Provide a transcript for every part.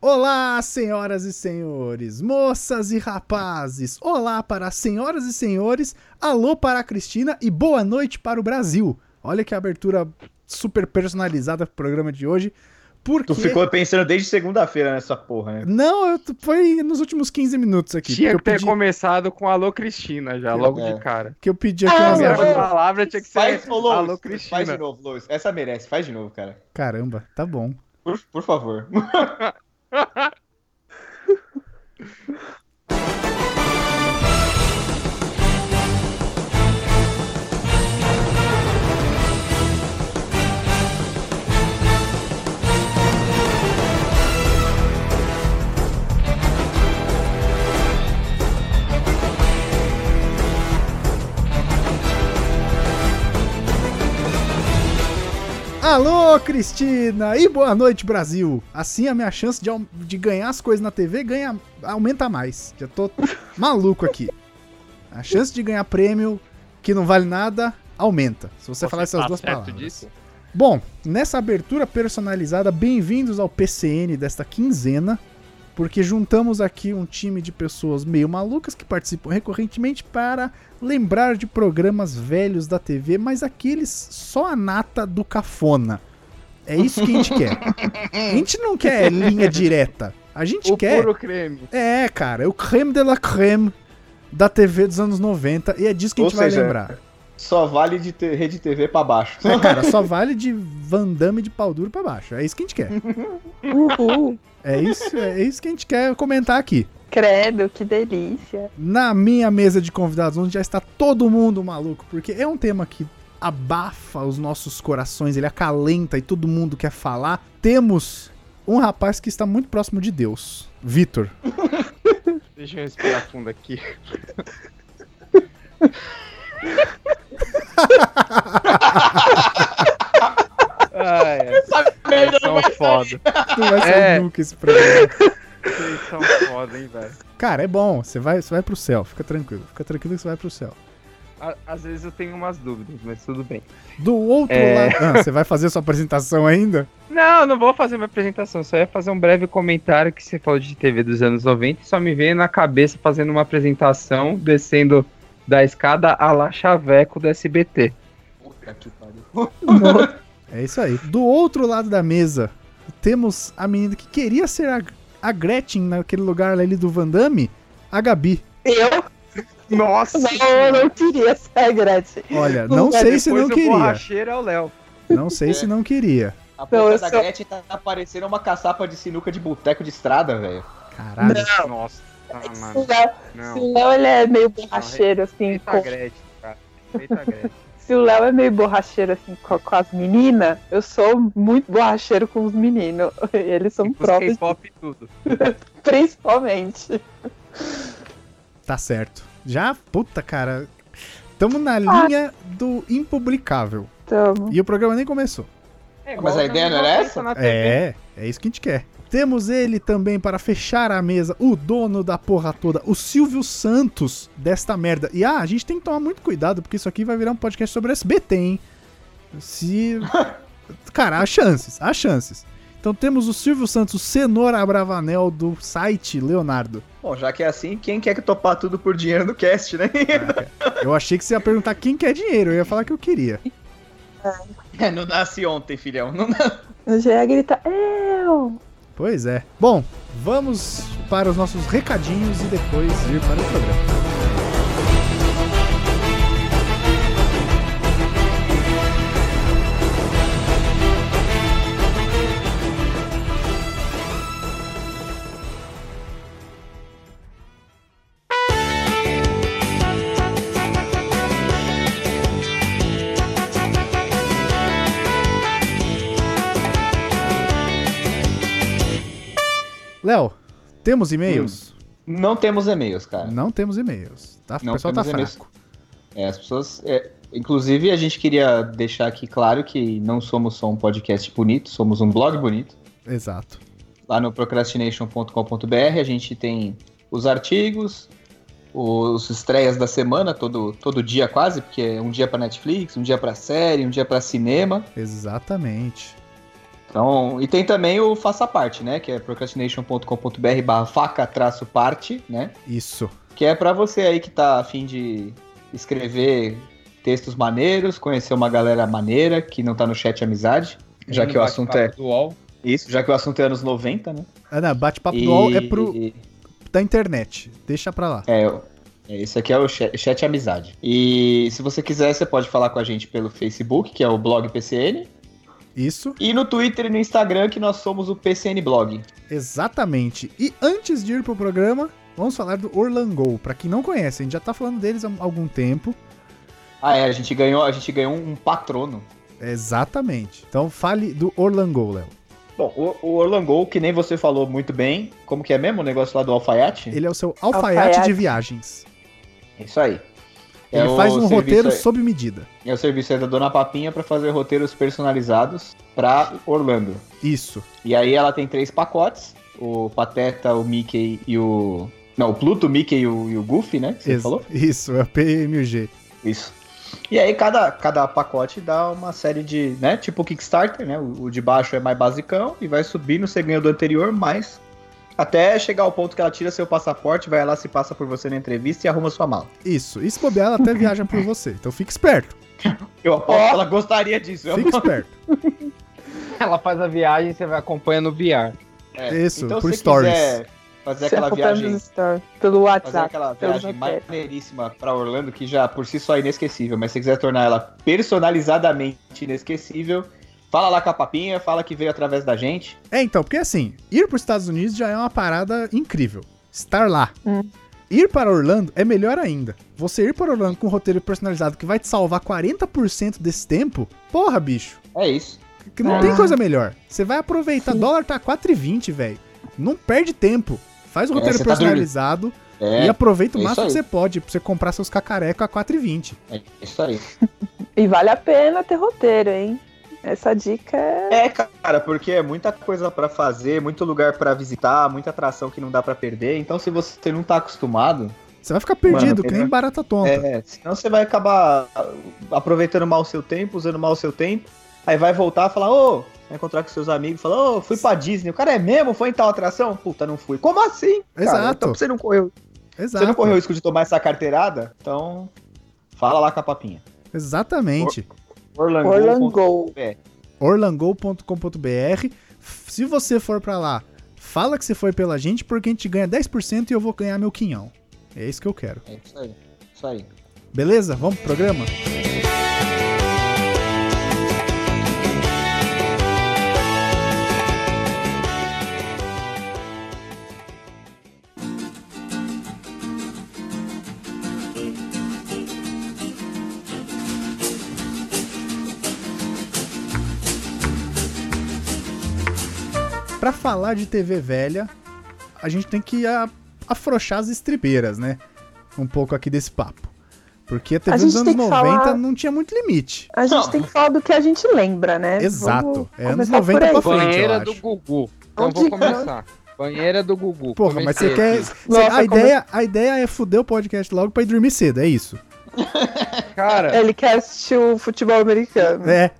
Olá, senhoras e senhores, moças e rapazes. Olá para as senhoras e senhores, alô para a Cristina e boa noite para o Brasil. Olha que abertura super personalizada pro programa de hoje. Porque Tu ficou pensando desde segunda-feira nessa porra, né? não, eu t- foi nos últimos 15 minutos aqui que Tinha eu que ter pedi, começado com Alô Cristina já, logo É. de cara. que eu pedi aqui A umas meu primeira Deus. palavra tinha que ser Faz, ô, Lois, Alô faz de Cristina. novo, Lois. Essa merece, faz de novo, cara. Caramba, tá bom. Por, por favor. Alô, Cristina! E boa noite, Brasil! Assim a minha chance de, au- de ganhar as coisas na TV ganha, aumenta mais. Já tô maluco aqui. A chance de ganhar prêmio, que não vale nada, aumenta. Se você, falar essas tá duas certo palavras. disso? Bom, nessa abertura personalizada, bem-vindos ao PCN desta quinzena, porque juntamos aqui um time de pessoas meio malucas que participam recorrentemente para lembrar de programas velhos da TV, mas aqueles só a nata do cafona. É isso que a gente quer. A gente não quer linha direta. A gente O quer puro creme. é, cara, é o creme de la creme da TV dos anos 90 e é disso que a Ou gente vai seja, lembrar. Só vale de te- rede TV pra baixo. É, cara, só vale de Van Damme de pau duro pra baixo. É isso que a gente quer. Uhul. É isso, é isso que a gente quer comentar aqui. Credo, que delícia. Na minha mesa de convidados, onde já está todo mundo maluco, porque é um tema que abafa os nossos corações, ele acalenta e todo mundo quer falar. Temos um rapaz que está muito próximo de Deus, Vitor. Deixa eu respirar fundo aqui. Ai, ai, vocês são foda. Não vai É. sair nunca esse programa. Vocês são foda, hein, velho. Cara, é bom, você vai, você vai pro céu, fica tranquilo, fica tranquilo que você vai pro céu. Á- Às vezes eu tenho umas dúvidas, mas tudo bem. Do outro É. lado. Ah, você vai fazer sua apresentação ainda? Não, não vou fazer minha apresentação, só ia fazer um breve comentário que você falou de TV dos anos 90 e só me veio na cabeça fazendo uma apresentação descendo da escada a la chaveco do SBT. Puta que pariu. É isso aí. Do outro lado da mesa, temos a menina que queria ser a, a Gretchen naquele lugar ali do Van Damme, a Gabi. Eu Nossa! não, eu não queria ser a Gretchen. Olha, não Mas sei se não o queria. borracheiro é o Léo. Não sei se não queria. A porta eu da sou- Gretchen tá tá parecendo uma caçapa de sinuca de boteco de estrada, velho. Caralho. Nossa, ah, Se mano. o Não, Léo ele é meio borracheiro, assim, respeita a com, Gretchen, cara. Respeita a Gretchen. se o Léo é meio borracheiro, assim, com, com as meninas, eu sou muito borracheiro com os meninos. Eles são Tipo Os próprios, K-pop e tudo. principalmente. Tá certo. Já, puta, cara. Tamo na linha do impublicável. Então, E o programa nem começou. É, Mas a ideia não era essa? É, é isso que a gente quer. Temos ele também para fechar a mesa, o dono da porra toda, o Silvio Santos desta merda. E ah, a gente tem que tomar muito cuidado, porque isso aqui vai virar um podcast sobre SBT, hein? Se. Cara, há chances, há chances. Então temos o Silvio Santos, o cenoura Abravanel do site Leonardo. Bom, já que é assim, quem quer que topar tudo por dinheiro no cast, né? Eu achei que você ia perguntar quem quer dinheiro, eu ia falar que eu queria. É, não nasce ontem, filhão. Não eu já ia gritar, eu! Pois é. Bom, vamos para os nossos recadinhos e depois ir para o programa. Léo, temos e-mails? Não temos e-mails, cara. Não temos e-mails. Tá? Tá. Não o pessoal tá temos e-mails. fraco. É, as pessoas. é, inclusive, a gente queria deixar aqui claro que não somos só um podcast bonito, somos um blog bonito. Exato. Lá no procrastination.com.br a gente tem os artigos, os estreias da semana, todo, todo dia quase, porque é um dia pra Netflix, um dia pra série, um dia pra cinema. Exatamente. Então, e tem também o Faça Parte, né? Que é procrastination.com.br barra faca traço parte, né? Isso. Que é pra você aí que tá afim de escrever textos maneiros, conhecer uma galera maneira que não tá no chat amizade, já No que o assunto é bate-papo do UOL. isso, já que o assunto é anos 90, né? Ah, não, bate-papo E- do UOL é pro da internet. Deixa pra lá. É, eu- é, isso aqui é o chat, chat amizade. E se você quiser, você pode falar com a gente pelo Facebook, que é o blog PCN, Isso, e no Twitter e no Instagram, que nós somos o PCN Blog. exatamente. E antes de ir pro programa, vamos falar do Orlangol. Pra quem não conhece, a gente já tá falando deles há algum tempo. Ah, é, a gente ganhou, a gente ganhou um patrono. Exatamente. Então fale do Orlangol, Léo. Bom, o, o Orlangol, que nem você falou muito bem, como que é mesmo o negócio lá do alfaiate? Ele é o seu alfaiate, Alfaiate. de viagens. É Isso aí. É Ele o faz um serviço roteiro aí- sob medida. É o serviço aí da Dona Papinha pra fazer roteiros personalizados pra Orlando. Isso. E aí ela tem três pacotes: o Pateta, o Mickey e o. Não, o Pluto, o Mickey e o, e o Goofy, né? que Você Ex- falou? Isso, é o PMG. Isso. E aí cada, cada pacote dá uma série de, né? Tipo o Kickstarter, né? O, o de baixo é mais basicão e vai subindo, você ganha do anterior, mais. Até chegar ao ponto que ela tira seu passaporte, vai lá, se passa por você na entrevista e arruma sua mala. Isso. E se bobear, ela até viaja por você. Então fique esperto. Eu aposto que ela gostaria disso. Eu Fique esperto. Ela faz a viagem, você vai acompanhando o VR. É, Isso, então, por se stories. quiser fazer Você aquela acompanha viagem, nos stories, pelo fazer WhatsApp. aquela pelos viagem hotéis. maneiríssima pra Orlando, que já por si só é inesquecível, mas se quiser tornar ela personalizadamente inesquecível, fala lá com a papinha, fala que veio através da gente. É, então, porque assim, ir para os Estados Unidos já é uma parada incrível. Estar lá. Hum. Ir para Orlando é melhor ainda. Você ir para Orlando com um roteiro personalizado que vai te salvar 40% desse tempo, porra, bicho. É isso. Que não Ah. tem coisa melhor. Você vai aproveitar. Dólar tá 4,20, velho. Não perde tempo. Faz o É, roteiro você tá personalizado e É, aproveita o é isso máximo que você aí. pode pra você comprar seus cacarecos a 4,20. é isso aí. E vale a pena ter roteiro, hein? Essa dica é. É, cara, porque é muita coisa pra fazer, muito lugar pra visitar, muita atração que não dá pra perder. Então, se você não tá acostumado, Você vai ficar Mano, perdido, que Pedro, nem barata tonta. É, senão você vai acabar aproveitando mal o seu tempo, usando mal o seu tempo, aí vai voltar e falar, ô, vai encontrar com seus amigos, falar, ô, fui pra Disney, o cara é mesmo, foi em tal atração? Puta, não fui. Como assim? cara? Exato. Então você não correu. Exato. Você não correu o risco de tomar essa carteirada? Então, fala lá com a papinha. Exatamente. Orlando. Orlangol. orlangol.com.br. F- Se você for pra lá, fala que você foi pela gente, porque a gente ganha 10% e eu vou ganhar meu quinhão. É isso que eu quero. É isso aí. Isso aí. Beleza? Vamos pro programa? Pra falar de TV velha, a gente tem que a- afrouxar as estribeiras, né? Um pouco aqui desse papo. Porque a TV A dos gente anos tem que 90 falar- não tinha muito limite. A gente Não. tem que falar do que a gente lembra, né? Exato. Vamos É anos começar 90 por aí. pra frente. eu Banheira acho. do Gugu. Então Onde vou que- é? começar. Banheira do Gugu. Porra, mas você Comecei quer. aqui. você- a, Nossa, ideia, a ideia é foder o podcast logo pra ir dormir cedo, é isso. Cara, Ele quer assistir o futebol americano. É.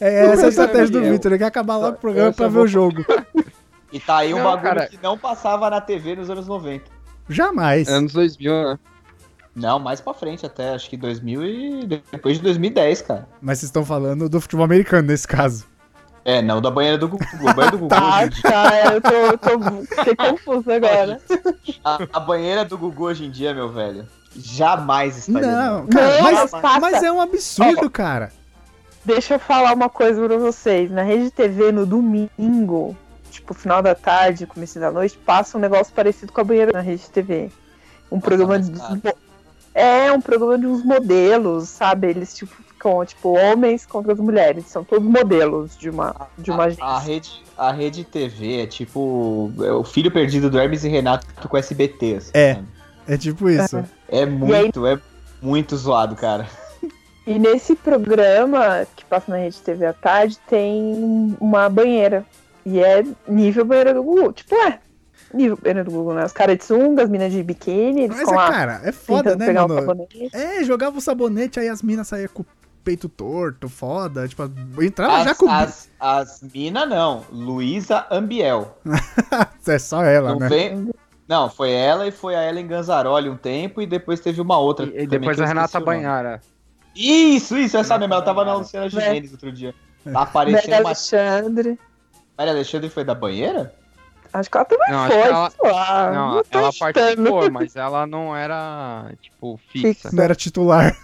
É essa é a Mas, estratégia do Gabriel, Victor, ele quer acabar logo o eu programa só pra ver vou- o jogo. E tá aí um Não, bagulho cara. que não passava na TV nos anos 90. Jamais. anos 2000, né? Não, mais pra frente até, acho que 2000 e depois de 2010, cara. Mas vocês estão falando do futebol americano nesse caso. É, não, da banheira do Gugu. A banheira do Gugu. Tá, gente. tá, é, eu tô, eu tô fiquei confuso agora. A, a banheira do Gugu hoje em dia, meu velho, jamais estaria. Não, Não, cara, mas, mas passa. mas é um absurdo, cara. Deixa eu falar uma coisa pra vocês. Na Rede TV, no domingo, tipo, final da tarde, começo da noite, passa um negócio parecido com a banheira na Rede TV. Um programa mais de. dos tarde. mo- É, um programa de uns modelos, sabe? Eles, tipo, ficam, tipo, homens contra as mulheres. São todos modelos de uma, de uma agência. A, a rede, a rede TV é tipo é o filho perdido do Hermes e Renato com SBT. assim, É. sabe? É tipo isso. É muito, é muito zoado, cara. E nesse programa que passa na Rede TV à tarde, tem uma banheira. E é nível banheira do Google. Tipo, é. Nível banheira do Google, né? Os caras de sunga, as minas de biquíni, eles Mas é, ficam lá cara, é foda, tentando né, pegar um mano? sabonete. É, jogava o sabonete, aí as minas saíam com o peito torto, foda. Tipo, entrava já As, com. as, as mina não, Luísa Ambiel. É só ela, não, né? vem- não, foi ela e foi a Ellen Ganzaroli um tempo e depois teve uma outra. E, também e depois que eu a Renata esqueci o nome. Banhara. Isso, isso, essa mesmo. Ela tava na Luciana Gimenez outro dia. É. Tá aparecendo Vera uma. Alexandre. Maria Alexandre foi da banheira? Acho que ela também Não, acho foi, que ela- sei lá. não, Ah, tô ela chutando. participou, mas ela não era, tipo, fixa. Não era titular.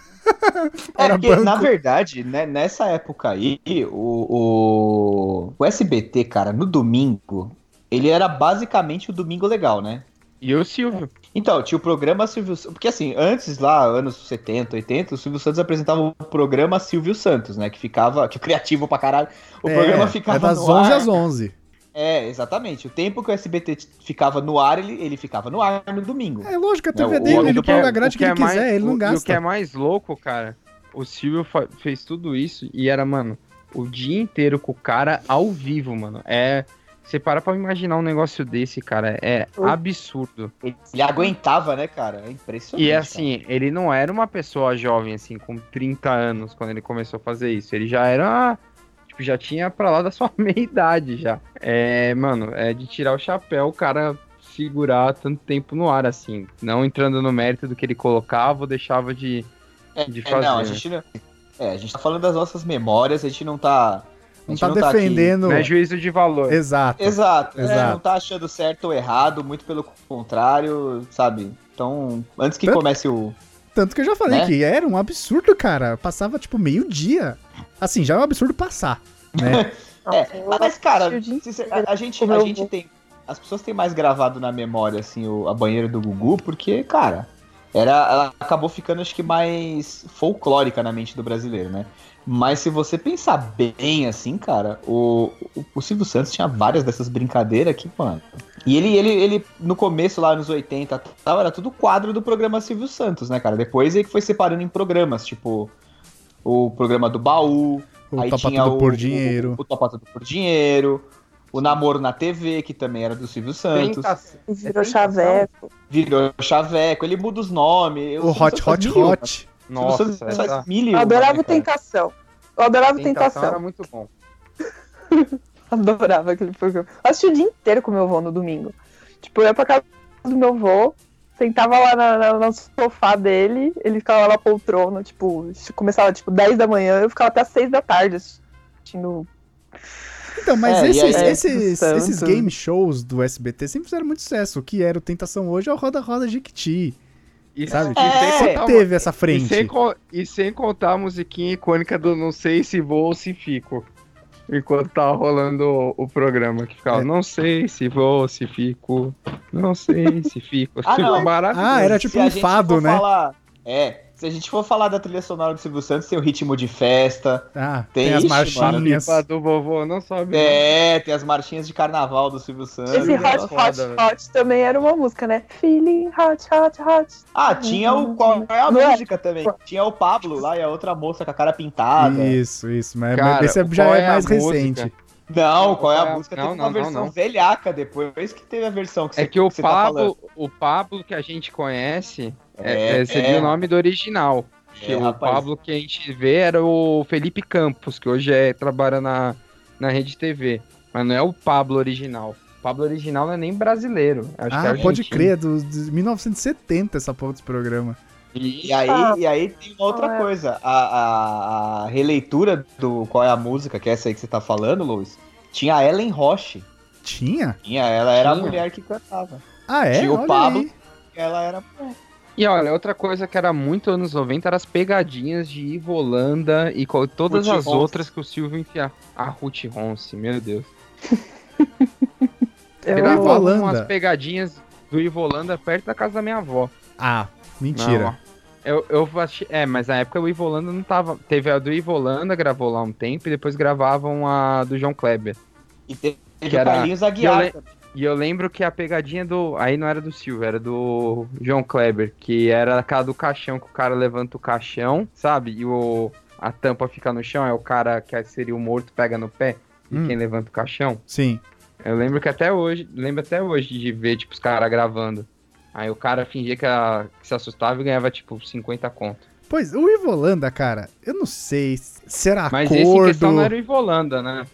É, Era porque, na banco. verdade, né, nessa época aí, o, o, o SBT, cara, no domingo, ele era basicamente o domingo legal, né? E o Silvio. Então, tinha o programa Silvio Santos. Porque assim, antes lá, anos 70, 80, o Silvio Santos apresentava o programa Silvio Santos, né? Que ficava. Que criativo pra caralho. O É, programa é ficava. das no ar. 11 às 11. É, exatamente. O tempo que o SBT t- ficava no ar, ele, ele ficava no ar no domingo. É lógico, a TV É, o- dele, o ele que é- paga a grade que, ele quiser, mais, ele o- não tá e O que gasta. é mais louco, cara, o Silvio fa- fez tudo isso e era, mano, o dia inteiro com o cara ao vivo, mano. É. Você para pra imaginar um negócio desse, cara, é Oi. absurdo. Ele aguentava, né, cara? É impressionante. E cara. assim, ele não era uma pessoa jovem, assim, com 30 anos quando ele começou a fazer isso. Ele já era. Tipo, já tinha pra lá da sua meia idade já. É, mano, é de tirar o chapéu o cara segurar tanto tempo no ar, assim. Não entrando no mérito do que ele colocava ou deixava de, de É, fazer. não, a gente não. É, a gente tá falando das nossas memórias, a gente não tá. a Não gente tá aqui- defendendo. Não é juízo de valor. Exato. Exato, é, Exato. não tá achando certo ou errado, muito pelo contrário, sabe? Então, antes que Tanto- comece o. Tanto que eu já falei Né? que era um absurdo, cara. Passava, tipo, meio-dia. Assim, já é um absurdo passar. Nossa, é, eu mas, cara, assisti o dia sincer- inteiro. a, a gente, O a meu gente avô. tem. As pessoas têm mais gravado na memória, assim, o- a banheira do Gugu, porque, cara, era, ela acabou ficando, acho que, mais folclórica na mente do brasileiro, né? Mas se você pensar bem, assim, cara, o, o, o Silvio Santos tinha várias dessas brincadeiras que, mano. E ele, ele, ele, no começo, lá nos 80 e tal, era tudo quadro do programa Silvio Santos, né, cara? Depois ele que foi separando em programas, tipo, o programa do baú, O Aí Topa tinha Tudo o- por Dinheiro. O, o Topa Tudo por Dinheiro. O Namoro na TV, que também era do Silvio Santos. Tenta- Virou É chaveco. Virou Chaveco, ele muda os nomes. O Hot, Silvio Santos hot, faz mil, mano. hot. O Silvio Nossa, é. Santos essa faz mil e Eu uma, adorava né, o cara? Tentação. Eu adorava o tentação Tentação. era muito bom. Adorava aquele programa. Eu assisti o dia inteiro com meu avô no domingo. Tipo, eu ia pra casa do meu avô, sentava lá na, na- no sofá dele, ele ficava lá na poltrona, tipo, isso começava tipo 10 da manhã, eu ficava até 6 da tarde assistindo. Então, mas É, e esses, aí- esses, Santo. esses game shows do SBT sempre fizeram muito sucesso. O que era o Tentação Hoje é o Roda Roda Jequiti. E, Sabe? e É. sem Sempre contar, teve essa e, sem, frente. co- e sem contar a musiquinha icônica do Não Sei Se Vou ou Se Fico. Enquanto tava rolando o, o programa, que ficava É. Não sei se vou, se fico, não sei se fico. Tipo, Ah, não. Maravilhoso. Ah, era Se tipo a um gente fado, for né? falar- É, se a gente for falar da trilha sonora do Silvio Santos, tem o ritmo de festa, Ah, Tem tem as isso, marchinhas. Pipa do vovô, não sobe. é, tem as marchinhas de carnaval do Silvio Santos. Esse era Hot foda, Hot velho. Hot também era uma música, né? Feeling Hot Hot Hot. Ah, tinha o qual é a Não é? música também. Tinha o Pablo lá e a outra moça com a cara pintada. Isso, isso. Mas, Cara, mas esse já qual é é a mais música? recente. Não, qual é a música? Não, teve não, uma não, versão não. velhaca depois que teve a versão que você É que o você tá falando. Pablo, o Pablo que a gente conhece, é, é, seria é. o nome do original. Que É, o rapaz. Pablo que a gente vê era o Felipe Campos, que hoje é, trabalha na, na Rede TV. Mas não é o Pablo original. O Pablo original não é nem brasileiro. Acho que é Ah, pode argentino. crer, do, de 1970 essa porra desse programa. E aí, Ah. e aí tem uma outra Ah, é. coisa. A, a- a releitura do qual é a música, que é essa aí que você tá falando, Luiz, tinha a Ellen Roche. Tinha? Tinha, ela era Tinha. a mulher que cantava. Ah, é? Tinha o Olha Pablo. aí. Ela era. E olha, outra coisa que era muito anos 90 eram as pegadinhas de Ivo Holanda e co- todas Ruth as Ronce. outras que o Silvio enfiava. A Ruth Ronce, meu Deus. Eu, É Ivo Gravavam Holanda. umas pegadinhas do Ivo Holanda perto da casa da minha avó. Ah, mentira. Não, eu, eu achei, é, mas na época o Ivolanda não tava. Teve a do Ivolanda, gravou lá um tempo, e depois gravavam a do João Kleber. E teve Que era- o Carlinhos Aguiar. Violen- E eu lembro que a pegadinha do. Aí não era do Silvio, era do João Kleber, que era aquela do caixão, que o cara levanta o caixão, sabe? E o, a tampa fica no chão, é o cara que seria o morto pega no pé, e Hum. quem levanta o caixão. Sim. Eu lembro que até hoje, lembro até hoje de ver, tipo, os caras gravando. Aí o cara fingia que, a- que se assustava e ganhava, tipo, 50 conto. Pois, o Ivolanda, cara, eu não sei. Será Mas esse em acordo? questão não era o Ivolanda, né?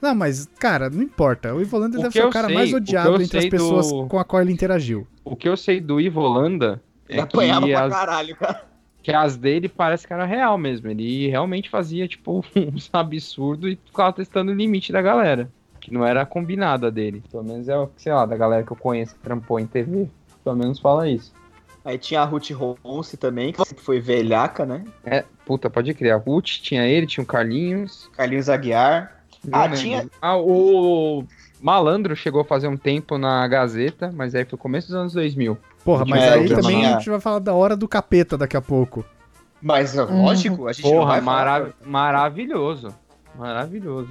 Não, mas, cara, não importa. O Ivolanda O deve que ser o eu cara sei, mais o que odiado eu entre as sei pessoas do- com a qual ele interagiu. O que eu sei do Ivolanda é Ele apanhava que pra as, caralho, cara. que as dele parece que era real mesmo. Ele realmente fazia, tipo, uns absurdos e ficava testando o limite da galera. Que não era a combinada dele. Pelo menos é o que, sei lá, da galera que eu conheço que trampou em TV. Pelo menos fala isso. Aí tinha a Ruth Ronce também, que sempre foi velhaca, né? É, puta, pode crer. A Ruth tinha ele, tinha o Carlinhos. Carlinhos Aguiar. Não Ah, lembro. tinha- Ah, o Malandro chegou a fazer um tempo na Gazeta, mas aí foi começo dos anos 2000. Porra, mas É, aí eu também tinha- a gente vai falar da hora do capeta daqui a pouco. Mas, ó, lógico, a gente não Porra, vai falar- mara- maravilhoso. Maravilhoso.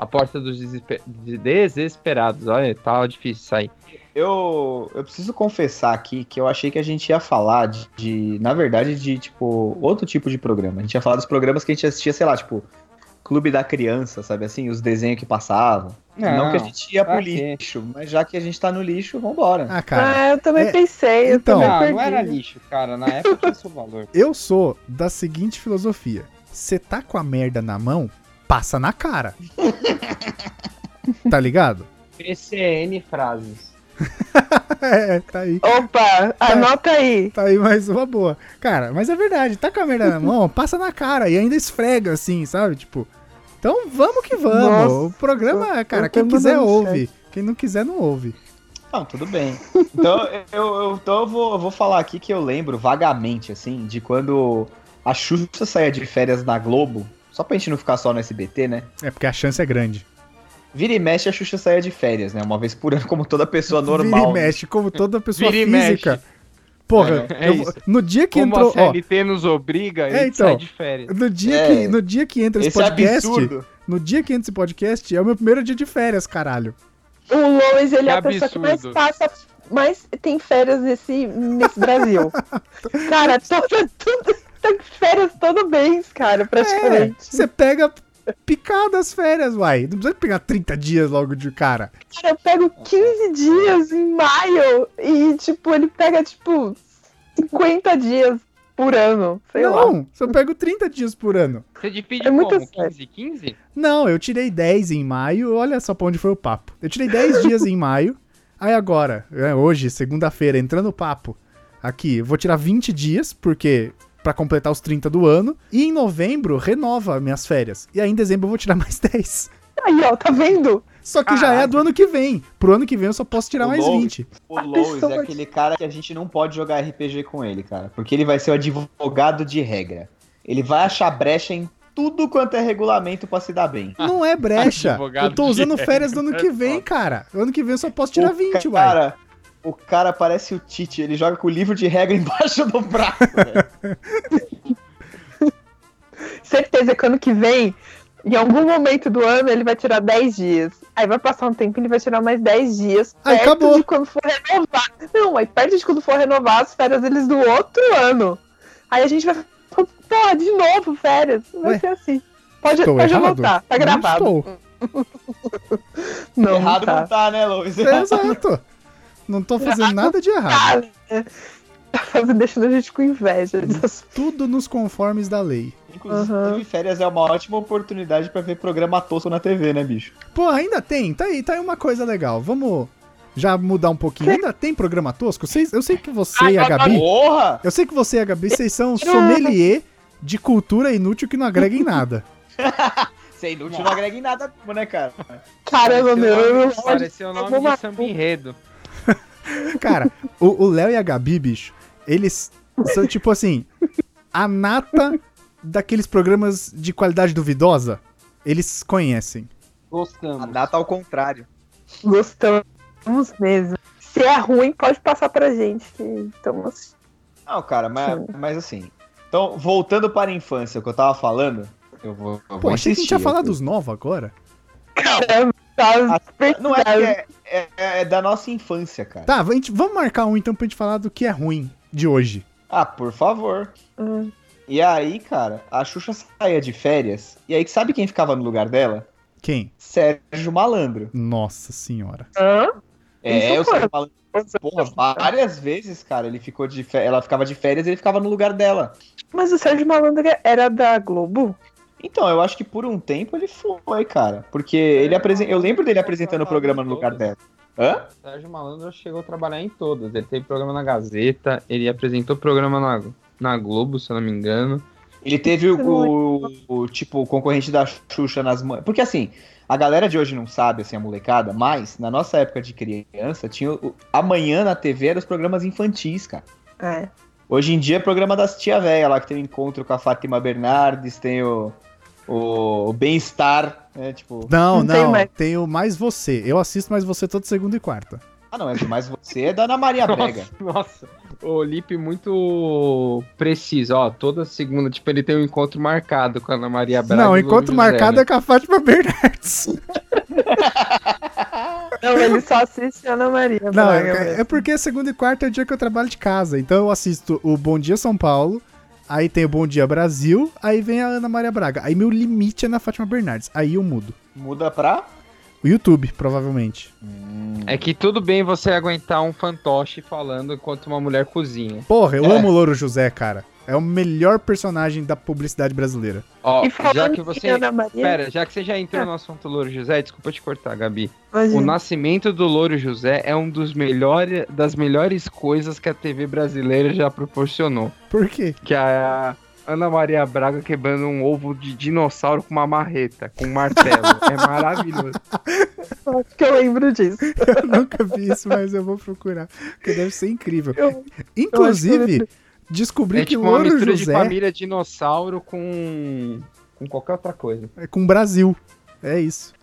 A porta dos desesper- de- desesperados. Olha, tava difícil sair. Eu, eu preciso confessar aqui que eu achei que a gente ia falar de, de- na verdade, de, tipo, outro tipo de programa. A gente ia falar dos programas que a gente assistia, sei lá, tipo, Clube da Criança, sabe assim? Os desenhos que passavam. Não, que a gente ia pro pra quê? lixo, mas já que a gente tá no lixo, vambora. Ah, cara, ah, eu também é, pensei. Eu então- também não, perdi. não era lixo, cara. Na época tinha seu valor. eu sou da seguinte filosofia: você tá com a merda na mão, passa na cara. tá ligado? PCN frases. É, tá aí. Opa, anota aí. Tá aí mais uma boa. Cara, mas é verdade, tá com a merda na mão, passa na cara e ainda esfrega assim, sabe? Tipo, então vamos que vamos. Nossa, o programa, cara, eu quem tô quiser mandando ouve. Quem não quiser, não ouve. Não, tudo bem. Então, eu, eu- então eu, vou, eu vou falar aqui que eu lembro vagamente, assim, de quando a Xuxa saía de férias na Globo, só pra gente não ficar só no SBT, né? É porque a chance é grande. Vira e mexe, a Xuxa saía de férias, né? Uma vez por ano, como toda pessoa normal. Vira e né? mexe, como toda pessoa Vira e física. Porra, É, é eu- isso. no dia que Como entrou. a ó, CLT nos obriga, É, ele então. sai de férias. no, dia É. que, no dia que entra esse, Esse podcast. absurdo. No dia que entra esse podcast, é o meu primeiro dia de férias, caralho. O Lois, ele é a pessoa que mais absurdo. passa, mais tem férias nesse, nesse Brasil. cara, toda, toda, tá com férias todo mês, cara, É, praticamente. você pega picadas férias, uai. Não precisa pegar 30 dias logo de cara. Cara, eu pego 15 dias em maio e, tipo, ele pega, tipo, 50 dias por ano, sei lá. não, só pego 30 dias por ano. Você divide É muito como? sério. 15, 15? Não, eu tirei 10 em maio, olha só pra onde foi o papo. Eu tirei 10 dias em maio, aí agora, é, hoje, segunda-feira, entrando o papo, aqui, eu vou tirar 20 dias, porque pra completar os 30 do ano, e em novembro renova minhas férias. E aí em dezembro eu vou tirar mais 10. Aí, ó, tá vendo? Só que já é do ano que vem. Pro ano que vem eu só posso tirar O mais novo. 20. O A Lois pessoa- é aquele cara que a gente não pode jogar RPG com ele, cara. Porque ele vai ser o advogado de regra. Ele vai achar brecha em tudo quanto é regulamento pra se dar bem. Não é brecha. Advogado Eu tô de usando regra, férias do ano é que vem, foda. cara. Ano que vem eu só posso tirar o 20, uai. cara, O cara parece o Tite, ele joga com o livro de regra embaixo do braço. velho. Certeza que ano que vem, em algum momento do ano, ele vai tirar 10 dias. Aí vai passar um tempo e ele vai tirar mais 10 dias. Aí perto acabou. de quando for renovar. Não, aí perto de quando for renovar as férias deles do outro ano. Aí a gente vai. Pô, de novo, férias. Vai Ué? ser assim. Pode, Estou pode errado? voltar, tá Não gravado. estou. Não, não Errado tá. não tá, né, Lois? É, Exato. Não tô fazendo nada de errado. Cara, Tá fazendo, deixando a gente com inveja. Hum. dessas- Tudo nos conformes da lei. Inclusive, Uhum. férias é uma ótima oportunidade pra ver programa tosco na TV, né, bicho? Pô, ainda tem, tá aí, tá aí uma coisa legal. Vamos já mudar um pouquinho. Ainda tem programa tosco? Vocês, eu sei que você e a Gabi. Porra! Eu sei que você e a Gabi, vocês são sommelier de cultura inútil que não agrega em nada. Você é inútil, não agrega em nada, né, cara? Caramba, meu, eu Pareceu o nome Alguma de samba enredo. Cara, o o Léo e a Gabi, bicho, eles são tipo assim, a nata daqueles programas de qualidade duvidosa. Eles conhecem. A Gostamos. data ao contrário. gostamos mesmo. Se é ruim, pode passar pra gente. Que estamos Não, cara, mas, mas assim. Então, voltando para a infância, o que eu tava falando, eu vou. Eu Pô, vou achei que a gente ia insistir, falar eu- dos novos agora. Tá, Não é que é, é- é da nossa infância, cara. Tá, a gente, vamos marcar um então pra gente falar do que é ruim de hoje. Ah, por favor. Hum. E aí, cara, a Xuxa saía de férias. E aí, sabe quem ficava no lugar dela? Quem? Sérgio Malandro. Nossa senhora. Hã? É, Isso, eu sei cara. falando. Porra, várias vezes, cara, ele ficou de fe- ela ficava de férias e ele ficava no lugar dela. Mas o Sérgio Malandro era da Globo? Então, eu acho que por um tempo ele foi, cara. Porque ele apresen... É, eu lembro dele apresentando o programa no lugar dela. Hã? Sérgio Malandro chegou a trabalhar em todas. Ele teve programa na Gazeta, ele apresentou programa na, na Globo, se eu não me engano. Ele teve o, o- o, tipo o concorrente da Xuxa nas mãos. Porque assim, a galera de hoje não sabe, assim, a molecada, mas na nossa época de criança, tinha o- amanhã na TV eram os programas infantis, cara. É. Hoje em dia é programa das tia véia lá, que tem o encontro com a Fátima Bernardes, tem o, o, o Bem-Estar, né? Tipo, Não, Não tem não. mais. Tenho mais você. Eu assisto mais você toda segunda e quarta. ah não, é mais você, é da Ana Maria Brega. Nossa, o Lipe muito preciso, ó, toda segunda, tipo, ele tem um encontro marcado com a Ana Maria Braga. não, e o enquanto Louro José, marcado né? é com a Fátima Bernardes. Não, ele só assiste Ana Maria. Não, Braga é, mesmo. é porque segunda e quarta é o dia que eu trabalho de casa. Então eu assisto o Bom Dia São Paulo, aí tem o Bom Dia Brasil, aí vem a Ana Maria Braga. Aí meu limite é na Fátima Bernardes. Aí eu mudo. Muda pra. O YouTube, provavelmente. É que tudo bem você aguentar um fantoche falando enquanto uma mulher cozinha. Porra, eu É. amo o Louro José, cara. É o melhor personagem da publicidade brasileira. Ó, E falando já que em você. Ana Maria, Pera, já que você já entrou no assunto Louro José, desculpa te cortar, Gabi. O imagina. nascimento do Louro José é um dos melhores das melhores coisas que a TV brasileira já proporcionou. Por quê? Que é a Ana Maria Braga quebrando um ovo de dinossauro com uma marreta, com um martelo. é maravilhoso. Acho que eu lembro disso. Eu nunca vi isso, mas eu vou procurar. Porque deve ser incrível. Eu- eu Inclusive, descobri É que o tipo uma Louro mistura de José família dinossauro com. com qualquer outra coisa. é com o Brasil. É isso.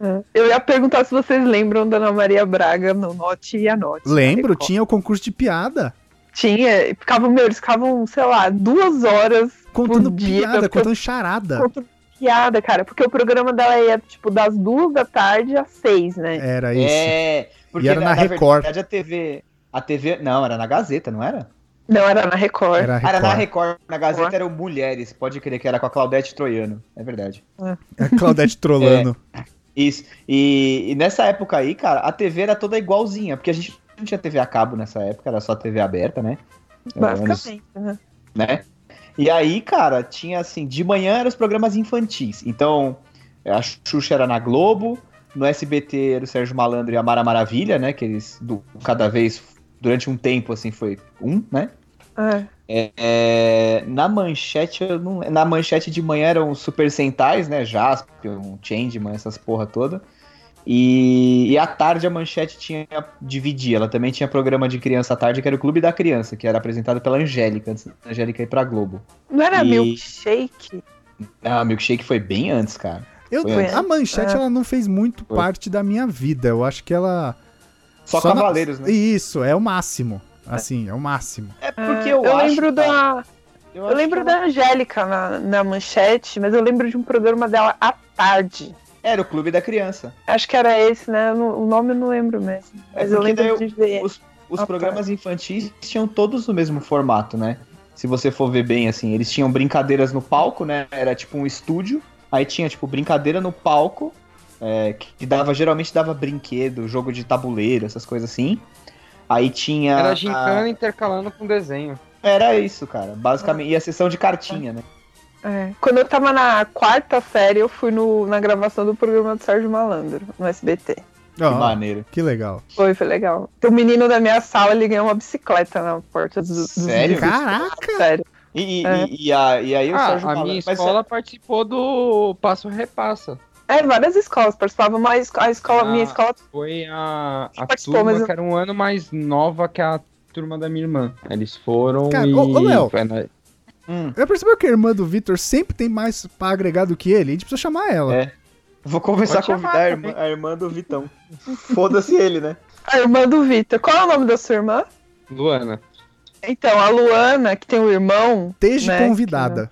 É. Eu ia perguntar se vocês lembram da Ana Maria Braga no Note e Anote. Lembro, tinha. tinha o concurso de piada. Tinha, e ficavam, meu, eles ficavam, sei lá, duas horas Contando por dia, piada, porque- contando charada. contando piada, cara, porque o programa dela ia, tipo, das duas da tarde às seis, né? Era isso. É, porque E era na Record. verdade a TV. A TV. Não, era na Gazeta, não era? Não, era na Record. Era, Ah, Era na Record. Record. Na Gazeta eram Mulheres, pode crer que era com a Claudete Troiano. É verdade. A Claudete trolando. Isso. E, e nessa época aí, cara, a TV era toda igualzinha, porque a gente não tinha TV a cabo nessa época, era só TV aberta, né? Basicamente, né? né? E aí, cara, tinha assim, de manhã eram os programas infantis. Então, a Xuxa era na Globo, no SBT era o Sérgio Malandro e a Mara Maravilha, né? Que eles do, cada vez, durante um tempo, assim, foi um, né? É. É, na manchete, eu não, na manchete de manhã eram os Super Sentais, né? Jaspion, Changeman, essas porra toda. E, e à tarde a manchete tinha dividia. Ela também tinha programa de criança à tarde, que era o Clube da Criança, que era apresentado pela Angélica, antes da Angélica ir pra Globo. Não era E- milkshake? Ah, Milkshake foi bem antes, cara. Eu, Foi. a manchete, É. ela não fez muito Foi. parte da minha vida. Eu acho que ela. Só, na- Cavaleiros, né? Isso, é o máximo. Assim, é o máximo. É É, lembro da. Eu, Eu acho lembro que da Angélica na, na manchete, mas eu lembro de um programa dela à tarde. Era o Clube da Criança. Acho que era esse, né? Eu não- O nome eu não lembro mesmo. É Mas eu porque lembro daí eu- de ver. os, os Ah, tá. programas infantis tinham todos o mesmo formato, né? Se você for ver bem, assim, eles tinham brincadeiras no palco, né? Era tipo um estúdio, aí tinha, tipo, brincadeira no palco, é, que que dava, geralmente dava brinquedo, jogo de tabuleiro, essas coisas assim. Aí tinha. Era gincana intercalando com desenho. Era isso, cara. Basicamente. E a sessão de cartinha, né? É. Quando eu tava na quarta série, eu fui no- na gravação do programa do Sérgio Malandro, no SBT. Que Ó, maneiro. que legal. Foi, foi legal. O menino da minha sala, ele ganhou uma bicicleta na porta do, dos Sério? livros. Caraca! Sério. E, e- É. e- e a- e aí o Ah, Sérgio a Malandro- minha mas- é-" escola participou do Passo Repassa. É, várias escolas participavam, mas a escola, Ah. minha escola Foi a, a Participou, turma mas eu- que era um ano mais nova que a turma da minha irmã. Eles foram Cara, e... é, né, ô- ô, Léo. foi na- Hum, Eu percebeu que a irmã do Vitor sempre tem mais pra agregar do que ele? A gente precisa chamar ela. É. vou começar a Pode chamar convidar a irmã, também. a irmã do Vitão. Foda-se ele, né? A irmã do Vitor. Qual é o nome da sua irmã? Luana. Então, a Luana, que tem um irmão. Esteja Né, convidada.